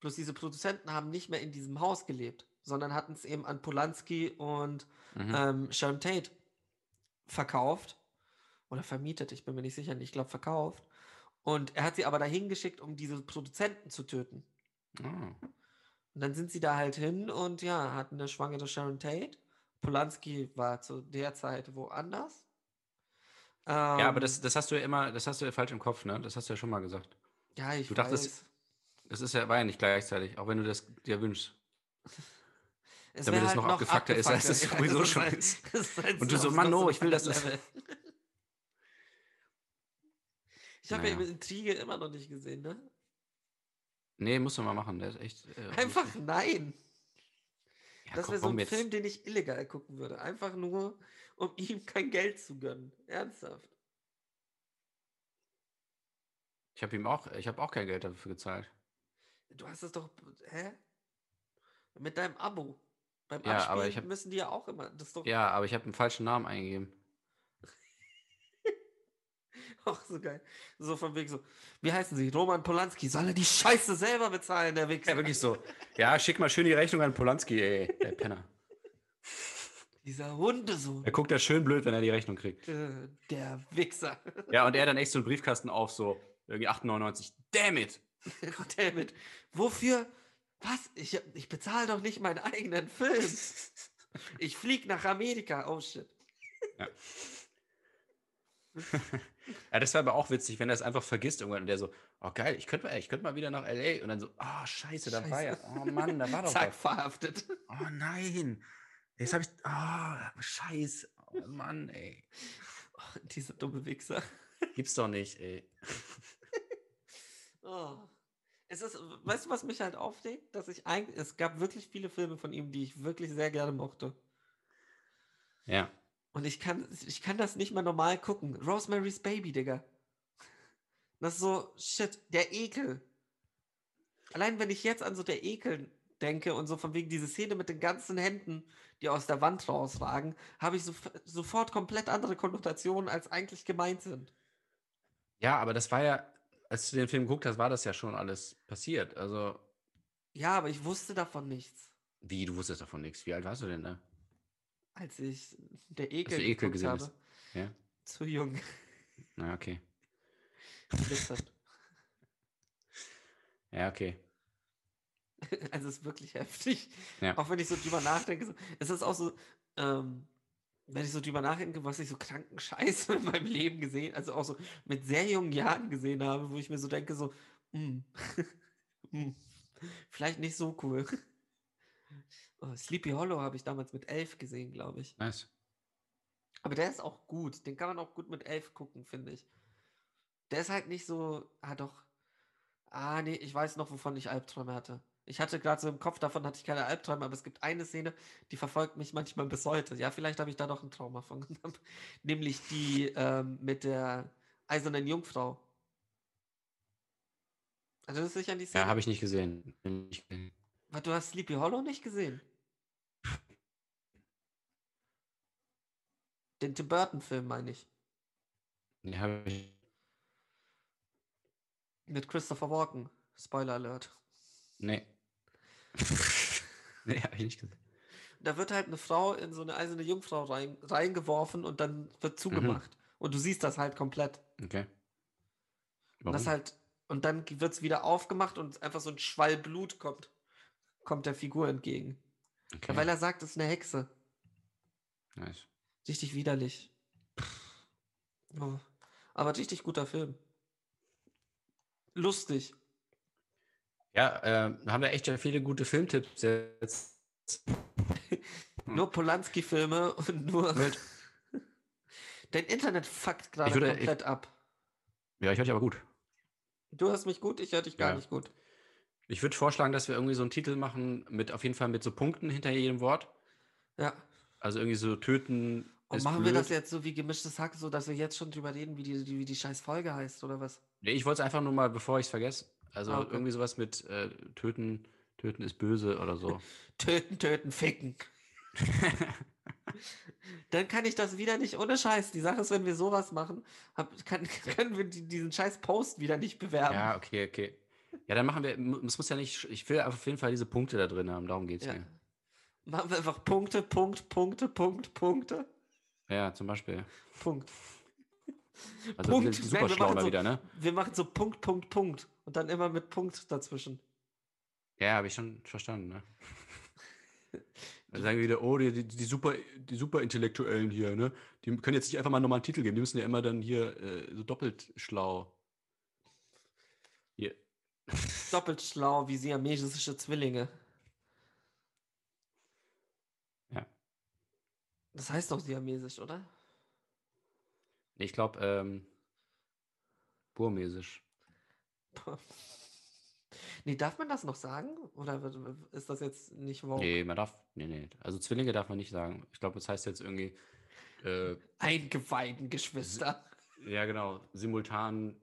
B: Bloß diese Produzenten haben nicht mehr in diesem Haus gelebt, sondern hatten es eben an Polanski und
A: Mhm.
B: ähm, Sharon Tate verkauft oder vermietet, ich bin mir nicht sicher, ich glaube verkauft. Und er hat sie aber dahin geschickt, um diese Produzenten zu töten.
A: Oh.
B: Und dann sind sie da halt hin und ja, hatten eine schwangere Sharon Tate. Polanski war zu der Zeit woanders. Ähm,
A: Ja, aber das, das hast du ja immer, das hast du ja falsch im Kopf, ne? Das hast du ja schon mal gesagt.
B: ja, ich
A: du dachtest-
B: weiß.
A: Das ist ja, war ja nicht gleichzeitig, auch wenn du das dir wünschst.
B: Es
A: Damit
B: wär halt
A: es noch abgefuckter ist, als es
B: abgefuckter.
A: sowieso
B: das
A: schon
B: halt-
A: ist.
B: das halt
A: Und du so,
B: auf
A: Mann, no,
B: einem
A: ich will, dass das-
B: Level. Ich habe ja
A: Naja.
B: eben Intrige immer noch nicht gesehen, ne?
A: Nee, musst du mal machen. Der ist echt. äh,
B: Einfach nein.
A: Ja,
B: das
A: komm,
B: wäre so
A: warum
B: ein
A: jetzt?
B: Film, den ich illegal gucken würde. Einfach nur, um ihm kein Geld zu gönnen. Ernsthaft.
A: Ich habe ihm auch, ich habe auch kein Geld dafür gezahlt.
B: Du hast es doch. Hä? Mit deinem Abo. Beim
A: Ja, aber
B: Abspielen
A: ich hab-
B: müssen die ja auch immer. Das ist doch
A: Ja, aber ich habe einen falschen Namen eingegeben.
B: auch so geil. So von wegen so. Wie heißen sie? Roman Polanski. Soll er die Scheiße selber bezahlen, der Wichser?
A: Ja, wirklich so. Ja, schick mal schön die Rechnung an Polanski, ey, der Penner.
B: Dieser Hundesohn.
A: Er guckt ja schön blöd, wenn er die Rechnung kriegt.
B: Äh, Der Wichser.
A: Ja, und er dann echt so einen Briefkasten auf, so irgendwie 8,99. Damn it!
B: Gott, David. Wofür? Was? Ich, ich bezahle doch nicht meinen eigenen Film. Ich flieg nach Amerika. Oh shit.
A: Ja, das wäre aber auch witzig, wenn er es einfach vergisst irgendwann und der so, oh geil, ich könnte mal, ich könnte mal wieder nach L.A. Und dann so, ah, scheiße, da war ja,
B: Scheiße.
A: oh Mann, da war doch
B: Zack,
A: was.
B: verhaftet.
A: Oh nein, jetzt habe ich, ah, scheiße, oh Mann, ey.
B: Oh, diese dumme Wichser.
A: Gibt's doch nicht, ey.
B: Oh. Es ist, weißt du, was mich halt aufregt? Dass ich eigentlich, es gab wirklich viele Filme von ihm, die ich wirklich sehr gerne mochte.
A: Ja.
B: Und ich kann, ich kann das nicht mehr normal gucken. Rosemary's Baby, Digga. Das ist so, shit, der Ekel. Allein wenn ich jetzt an so der Ekel denke und so von wegen diese Szene mit den ganzen Händen, die aus der Wand rausragen, habe ich sof- sofort komplett andere Konnotationen, als eigentlich gemeint sind.
A: Ja, aber das war ja, als du den Film geguckt hast, war das ja schon alles passiert. Also,
B: Ja, aber ich wusste davon nichts,
A: wie, du wusstest davon nichts. Wie alt warst du denn da?
B: als ich der Ekel,
A: du Ekel
B: geguckt
A: gesehen
B: habe.
A: hast. Ja.
B: Zu jung.
A: Na, okay.
B: Glitzert.
A: Ja, okay.
B: Also es ist wirklich heftig.
A: Ja.
B: Auch wenn ich so drüber nachdenke. so- Es ist auch so, ähm, wenn ich so drüber nachdenke, was ich so kranken Scheiß in meinem Leben gesehen, also auch so mit sehr jungen Jahren gesehen habe, wo ich mir so denke, so, mm, mm, vielleicht nicht so cool. Oh, Sleepy Hollow habe ich damals mit elf gesehen, glaube ich.
A: Nice.
B: Aber der ist auch gut. Den kann man auch gut mit elf gucken, finde ich. Der ist halt nicht so, ah doch. Ah, nee, ich weiß noch, wovon ich Albträume hatte. Ich hatte gerade so im Kopf, davon hatte ich keine Albträume, aber es gibt eine Szene, die verfolgt mich manchmal bis heute. Ja, vielleicht habe ich da noch ein Trauma von genommen. Nämlich die ähm, mit der eisernen Jungfrau. Also das ist sicher die Szene.
A: Ja, habe ich nicht gesehen. Nicht gesehen.
B: Was, Du hast Sleepy Hollow nicht gesehen? Den Tim Burton-Film meine ich.
A: Nee, habe ich.
B: Mit Christopher Walken. Spoiler Alert.
A: Nee. nee, habe ich nicht gesehen.
B: Da wird halt eine Frau in so eine eiserne Jungfrau rein, reingeworfen und dann
A: Mhm.
B: wird zugemacht. Und du siehst das halt komplett.
A: Okay.
B: Und Das halt, und dann wird es wieder aufgemacht und einfach so ein Schwall Blut kommt, kommt der Figur entgegen.
A: okay.
B: Weil er sagt, es ist eine Hexe.
A: nice.
B: Richtig widerlich. Oh. Aber richtig guter Film. Lustig.
A: Ja, ähm, haben wir echt ja viele gute Filmtipps jetzt. Hm.
B: Nur Polanski-Filme und nur.
A: Wild.
B: Dein Internet fuckt
A: Ich
B: gerade
A: würde-
B: komplett ab.
A: Ja, ich höre dich aber gut.
B: Du hörst mich gut, ich höre dich gar
A: Ja.
B: nicht gut.
A: Ich würde vorschlagen, dass wir irgendwie so einen Titel machen, mit auf jeden Fall mit so Punkten hinter jedem Wort.
B: Ja.
A: Also irgendwie so töten.
B: Und
A: ist
B: Oh, machen wir das
A: blöd.
B: jetzt so wie gemischtes Hack, so dass wir jetzt schon drüber reden, wie die, die, wie die scheiß Folge heißt oder was?
A: Nee, ich wollte es einfach nur mal, bevor ich es vergesse. Also
B: Ah, okay.
A: irgendwie sowas mit äh, töten, töten ist böse oder so.
B: Töten, töten, ficken. Dann kann ich das wieder nicht ohne Scheiß. Die Sache ist, wenn wir sowas machen, hab, kann, können wir die, diesen scheiß Post wieder nicht bewerben.
A: ja, okay, okay. Ja, dann machen wir, mu- es muss ja nicht, sch- ich will auf jeden Fall diese Punkte da drin haben, darum geht es
B: Ja.
A: mir.
B: Machen wir einfach Punkte, Punkt, Punkte, Punkt, Punkte,
A: Ja, zum Beispiel.
B: Punkt.
A: Also
B: Punkt.
A: wir sind super
B: Nein, wir
A: schlau
B: machen
A: mal
B: so-
A: wieder, ne?
B: Wir machen so Punkt, Punkt, Punkt und dann immer mit Punkt dazwischen.
A: Ja, habe ich schon verstanden, ne? Dann sagen wir wieder, oh, die, die, die, super, die super Intellektuellen hier, ne? Die können jetzt nicht einfach mal nochmal einen Titel geben, die müssen ja immer dann hier äh, so doppelt schlau. Hier.
B: Doppelt schlau wie siamesische Zwillinge.
A: Ja.
B: Das heißt doch siamesisch, oder?
A: Nee, Ich glaube, ähm, burmesisch.
B: Boah. Nee, darf man das noch sagen? Oder wird- ist das jetzt nicht wow?
A: Nee, man darf, nee, nee. Also Zwillinge darf man nicht sagen. Ich glaube, das heißt jetzt irgendwie, äh,
B: Eingeweihten Geschwister.
A: ja genau, simultan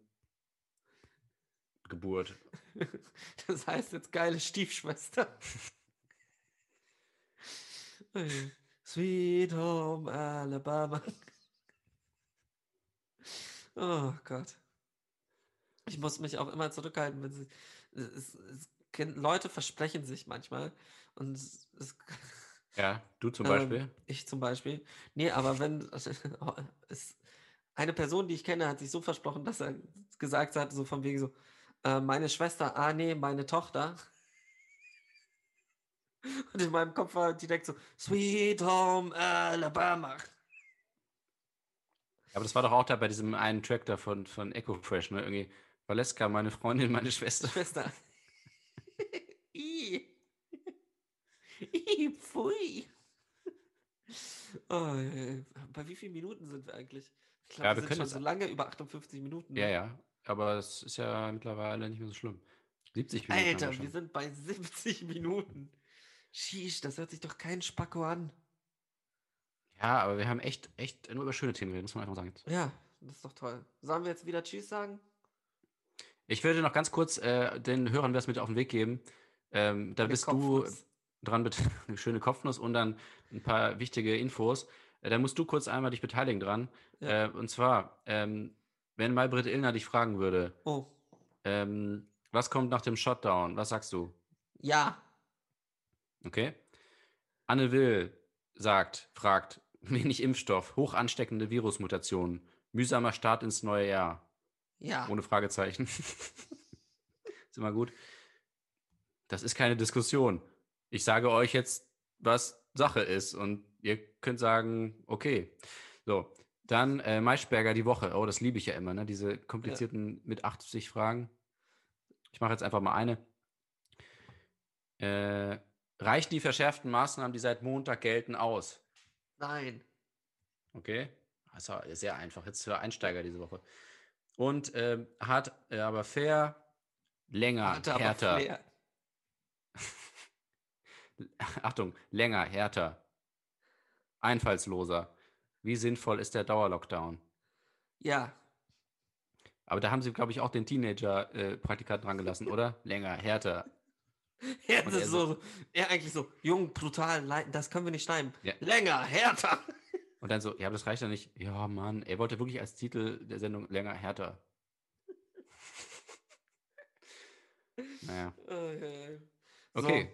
A: Geburt.
B: Das heißt jetzt geile Stiefschwester. Sweet Home Alabama. Oh Gott. Ich muss mich auch immer zurückhalten, wenn sie. Es, es, es, Ken- Leute versprechen sich manchmal. Und es, es-
A: Ja, du zum
B: Ähm,
A: Beispiel.
B: ich zum Beispiel. Nee, aber wenn. also, Es, eine Person, die ich kenne, hat sich so versprochen, dass er gesagt hat, so von wegen so, äh, meine Schwester, ah nee, meine Tochter. Und in meinem Kopf war direkt so, Sweet Home Alabama.
A: Ja, Aber das war doch auch da bei diesem einen Track da von, von Echo Fresh, ne? Irgendwie Valeska, meine Freundin, meine Schwester.
B: Schwester. I. I, pfui. Oh, äh, bei wie vielen Minuten sind wir eigentlich? Ich glaube,
A: Ja, wir
B: wir sind
A: können
B: schon
A: jetzt-
B: so lange über 58 Minuten. ne?
A: Ja, ja. Aber das ist ja mittlerweile nicht mehr so schlimm. 70 Minuten. haben
B: Alter,
A: schon.
B: wir sind bei 70 Minuten. Sheesh, das hört sich doch kein Spacko an.
A: Ja, aber wir haben echt, echt nur über schöne Themen geredet, muss man einfach sagen.
B: Ja, das ist doch toll. Sollen wir jetzt wieder Tschüss sagen?
A: Ich würde noch ganz kurz äh, den Hörern was mit auf den Weg geben. Ähm, da
B: Eine
A: bist
B: Kopfnuss.
A: du dran mit eine schöne Kopfnuss und dann ein paar wichtige Infos. Äh, da musst du kurz einmal dich beteiligen dran.
B: Ja.
A: Äh, und zwar, ähm, wenn Malbrit Illner dich fragen würde,
B: Oh,
A: ähm, was kommt nach dem Shutdown? Was sagst du?
B: ja.
A: Okay. Anne Will sagt, fragt, wenig Impfstoff, hoch ansteckende Virusmutationen, mühsamer Start ins neue Jahr.
B: Ja.
A: Ohne Fragezeichen. ist immer gut. Das ist keine Diskussion. Ich sage euch jetzt, was Sache ist und Ihr könnt sagen, okay. So, dann äh, Maischberger die Woche. Oh, das liebe ich ja immer, ne? Diese komplizierten mit 80 Fragen. Ich mache jetzt einfach mal eine. Äh, reichen die verschärften Maßnahmen, die seit Montag gelten, aus?
B: Nein.
A: Okay. Also sehr einfach. Jetzt für Einsteiger diese Woche. Und ähm, hart, äh, aber fair, länger,
B: Hatte aber
A: Ah, härter.
B: Flair.
A: Achtung, länger, härter, einfallsloser. Wie sinnvoll ist der Dauerlockdown?
B: Ja,
A: Aber da haben sie, glaube ich, auch den Teenager-Praktikanten dran gelassen, oder? Länger, härter.
B: Ja,
A: Und
B: das
A: er
B: ist so, ja, eigentlich so, jung, brutal, leid- das können wir nicht schreiben.
A: Ja.
B: Länger, härter.
A: Und dann so, ja, aber das reicht ja nicht. Ja, Mann, er wollte wirklich als Titel der Sendung länger, härter. Naja,
B: Äh,
A: okay.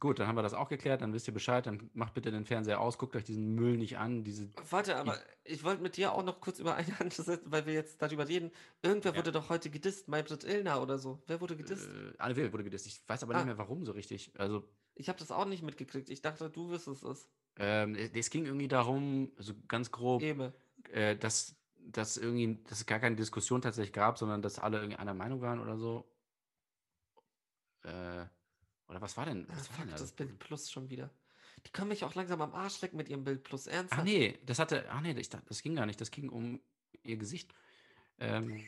A: Gut, dann haben wir das auch geklärt. Dann wisst ihr Bescheid. Dann macht bitte den Fernseher aus. Guckt euch diesen Müll nicht an. Diese
B: So, warte, aber ich wollte mit dir auch noch kurz über eine andere Sache, weil wir jetzt darüber reden. Irgendwer wurde doch heute gedisst, Maybrit Illner oder so. Wer wurde gedisst?
A: äh, Anne Will wurde gedisst. Ich weiß aber
B: Ah.
A: nicht mehr, warum so richtig. Also,
B: Ich habe das auch nicht mitgekriegt. Ich dachte, du wüsstest es.
A: ähm, es ging irgendwie darum, so ganz grob,
B: Eme.
A: äh, dass, dass irgendwie, dass es gar keine Diskussion tatsächlich gab, sondern dass alle irgendwie einer Meinung waren oder so. Äh, oder was war denn?
B: Ah,
A: Was war
B: fuck,
A: denn also,
B: das Bild Plus schon wieder. Die können mich auch langsam am Arsch lecken mit ihrem Bild Plus. Ernsthaft?
A: Ach ah, nee, das hatte, ach nee, ich dachte, das ging gar nicht. Das ging um ihr Gesicht. Ähm,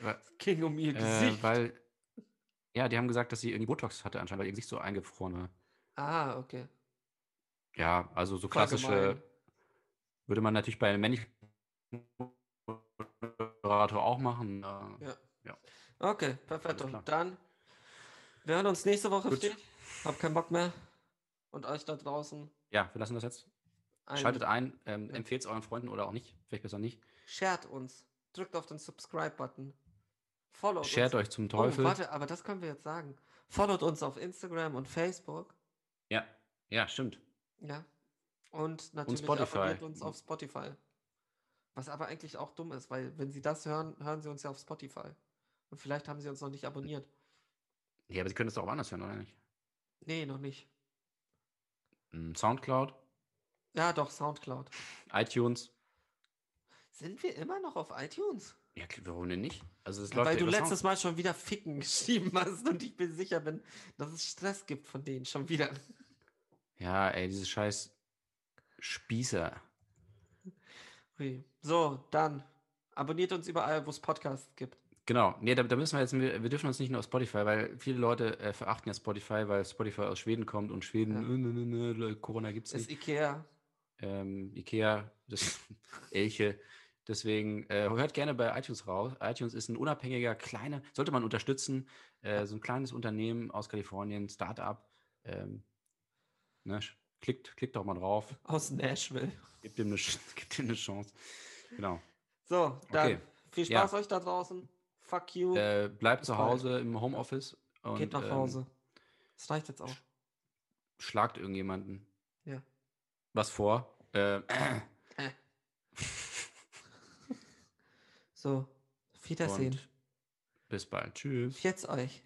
A: wa-
B: Ging um ihr
A: äh,
B: Gesicht.
A: weil, ja, die haben gesagt, dass sie irgendwie Botox hatte anscheinend, weil ihr Gesicht so eingefroren war.
B: ah, okay.
A: Ja, also so
B: Voll
A: klassische,
B: gemein.
A: würde man natürlich bei einem männlichen Moderator auch machen. Äh,
B: Okay, perfekt.
A: klar.
B: Dann, wir hören uns nächste Woche.
A: Gut.
B: Steht. Hab keinen Bock mehr. Und euch da draußen.
A: Ja, wir lassen das jetzt.
B: Ein
A: Schaltet ein, ähm,
B: Ja.
A: empfehlt es euren Freunden oder auch nicht. Vielleicht besser nicht.
B: Shared uns. Drückt auf den Subscribe-Button. Followt
A: Shared
B: uns.
A: euch zum
B: Oh,
A: Teufel.
B: warte, aber das können wir jetzt sagen. Followt uns auf Instagram und Facebook.
A: ja, ja, stimmt.
B: Ja. Und natürlich
A: Spotify.
B: abonniert uns auf Spotify. Was aber eigentlich auch dumm ist, weil wenn sie das hören, hören sie uns ja auf Spotify. Und vielleicht haben sie uns noch nicht abonniert.
A: Ja, aber Sie können es doch auch anders hören, oder nicht?
B: Nee, noch nicht.
A: Mm, Soundcloud,
B: Ja, doch, Soundcloud.
A: iTunes.
B: Sind wir immer noch auf iTunes?
A: Ja, klar, warum denn nicht? Also das
B: Ja,
A: läuft
B: weil
A: ja
B: du
A: über
B: letztes
A: Sound-
B: Mal schon wieder Ficken geschrieben hast und ich bin sicher bin, dass es Stress gibt von denen schon wieder.
A: Ja, ey, diese scheiß Spießer.
B: Hui. So, dann abonniert uns überall, wo es Podcasts gibt.
A: Genau. Nee, da, da müssen wir jetzt, wir, wir dürfen uns nicht nur auf Spotify, weil viele Leute äh, verachten ja Spotify, weil Spotify aus Schweden kommt und Schweden,
B: Ja.
A: äh, nö, nö, nö, Corona gibt's
B: Ist
A: nicht.
B: Ikea.
A: ähm, Ikea, das Elche. Deswegen äh, hört gerne bei iTunes raus. iTunes ist ein unabhängiger, kleiner, sollte man unterstützen, äh, so ein kleines Unternehmen aus Kalifornien, Startup. Ähm, ne, sch- klickt, klickt doch mal drauf,
B: aus Nashville.
A: gebt ihm eine, Sch- gebt ihm eine Chance. Genau.
B: So, dann
A: Okay.
B: viel
A: Ja.
B: Spaß euch da draußen. Fuck you.
A: Äh, bleibt
B: Bis
A: zu
B: bald.
A: Hause im Homeoffice und
B: Geht nach
A: ähm,
B: Hause. Das reicht jetzt auch.
A: schlagt irgendjemanden.
B: Ja.
A: Was vor? Äh,
B: So, auf Wiedersehen.
A: und bis bald. Tschüss.
B: Jetzt euch.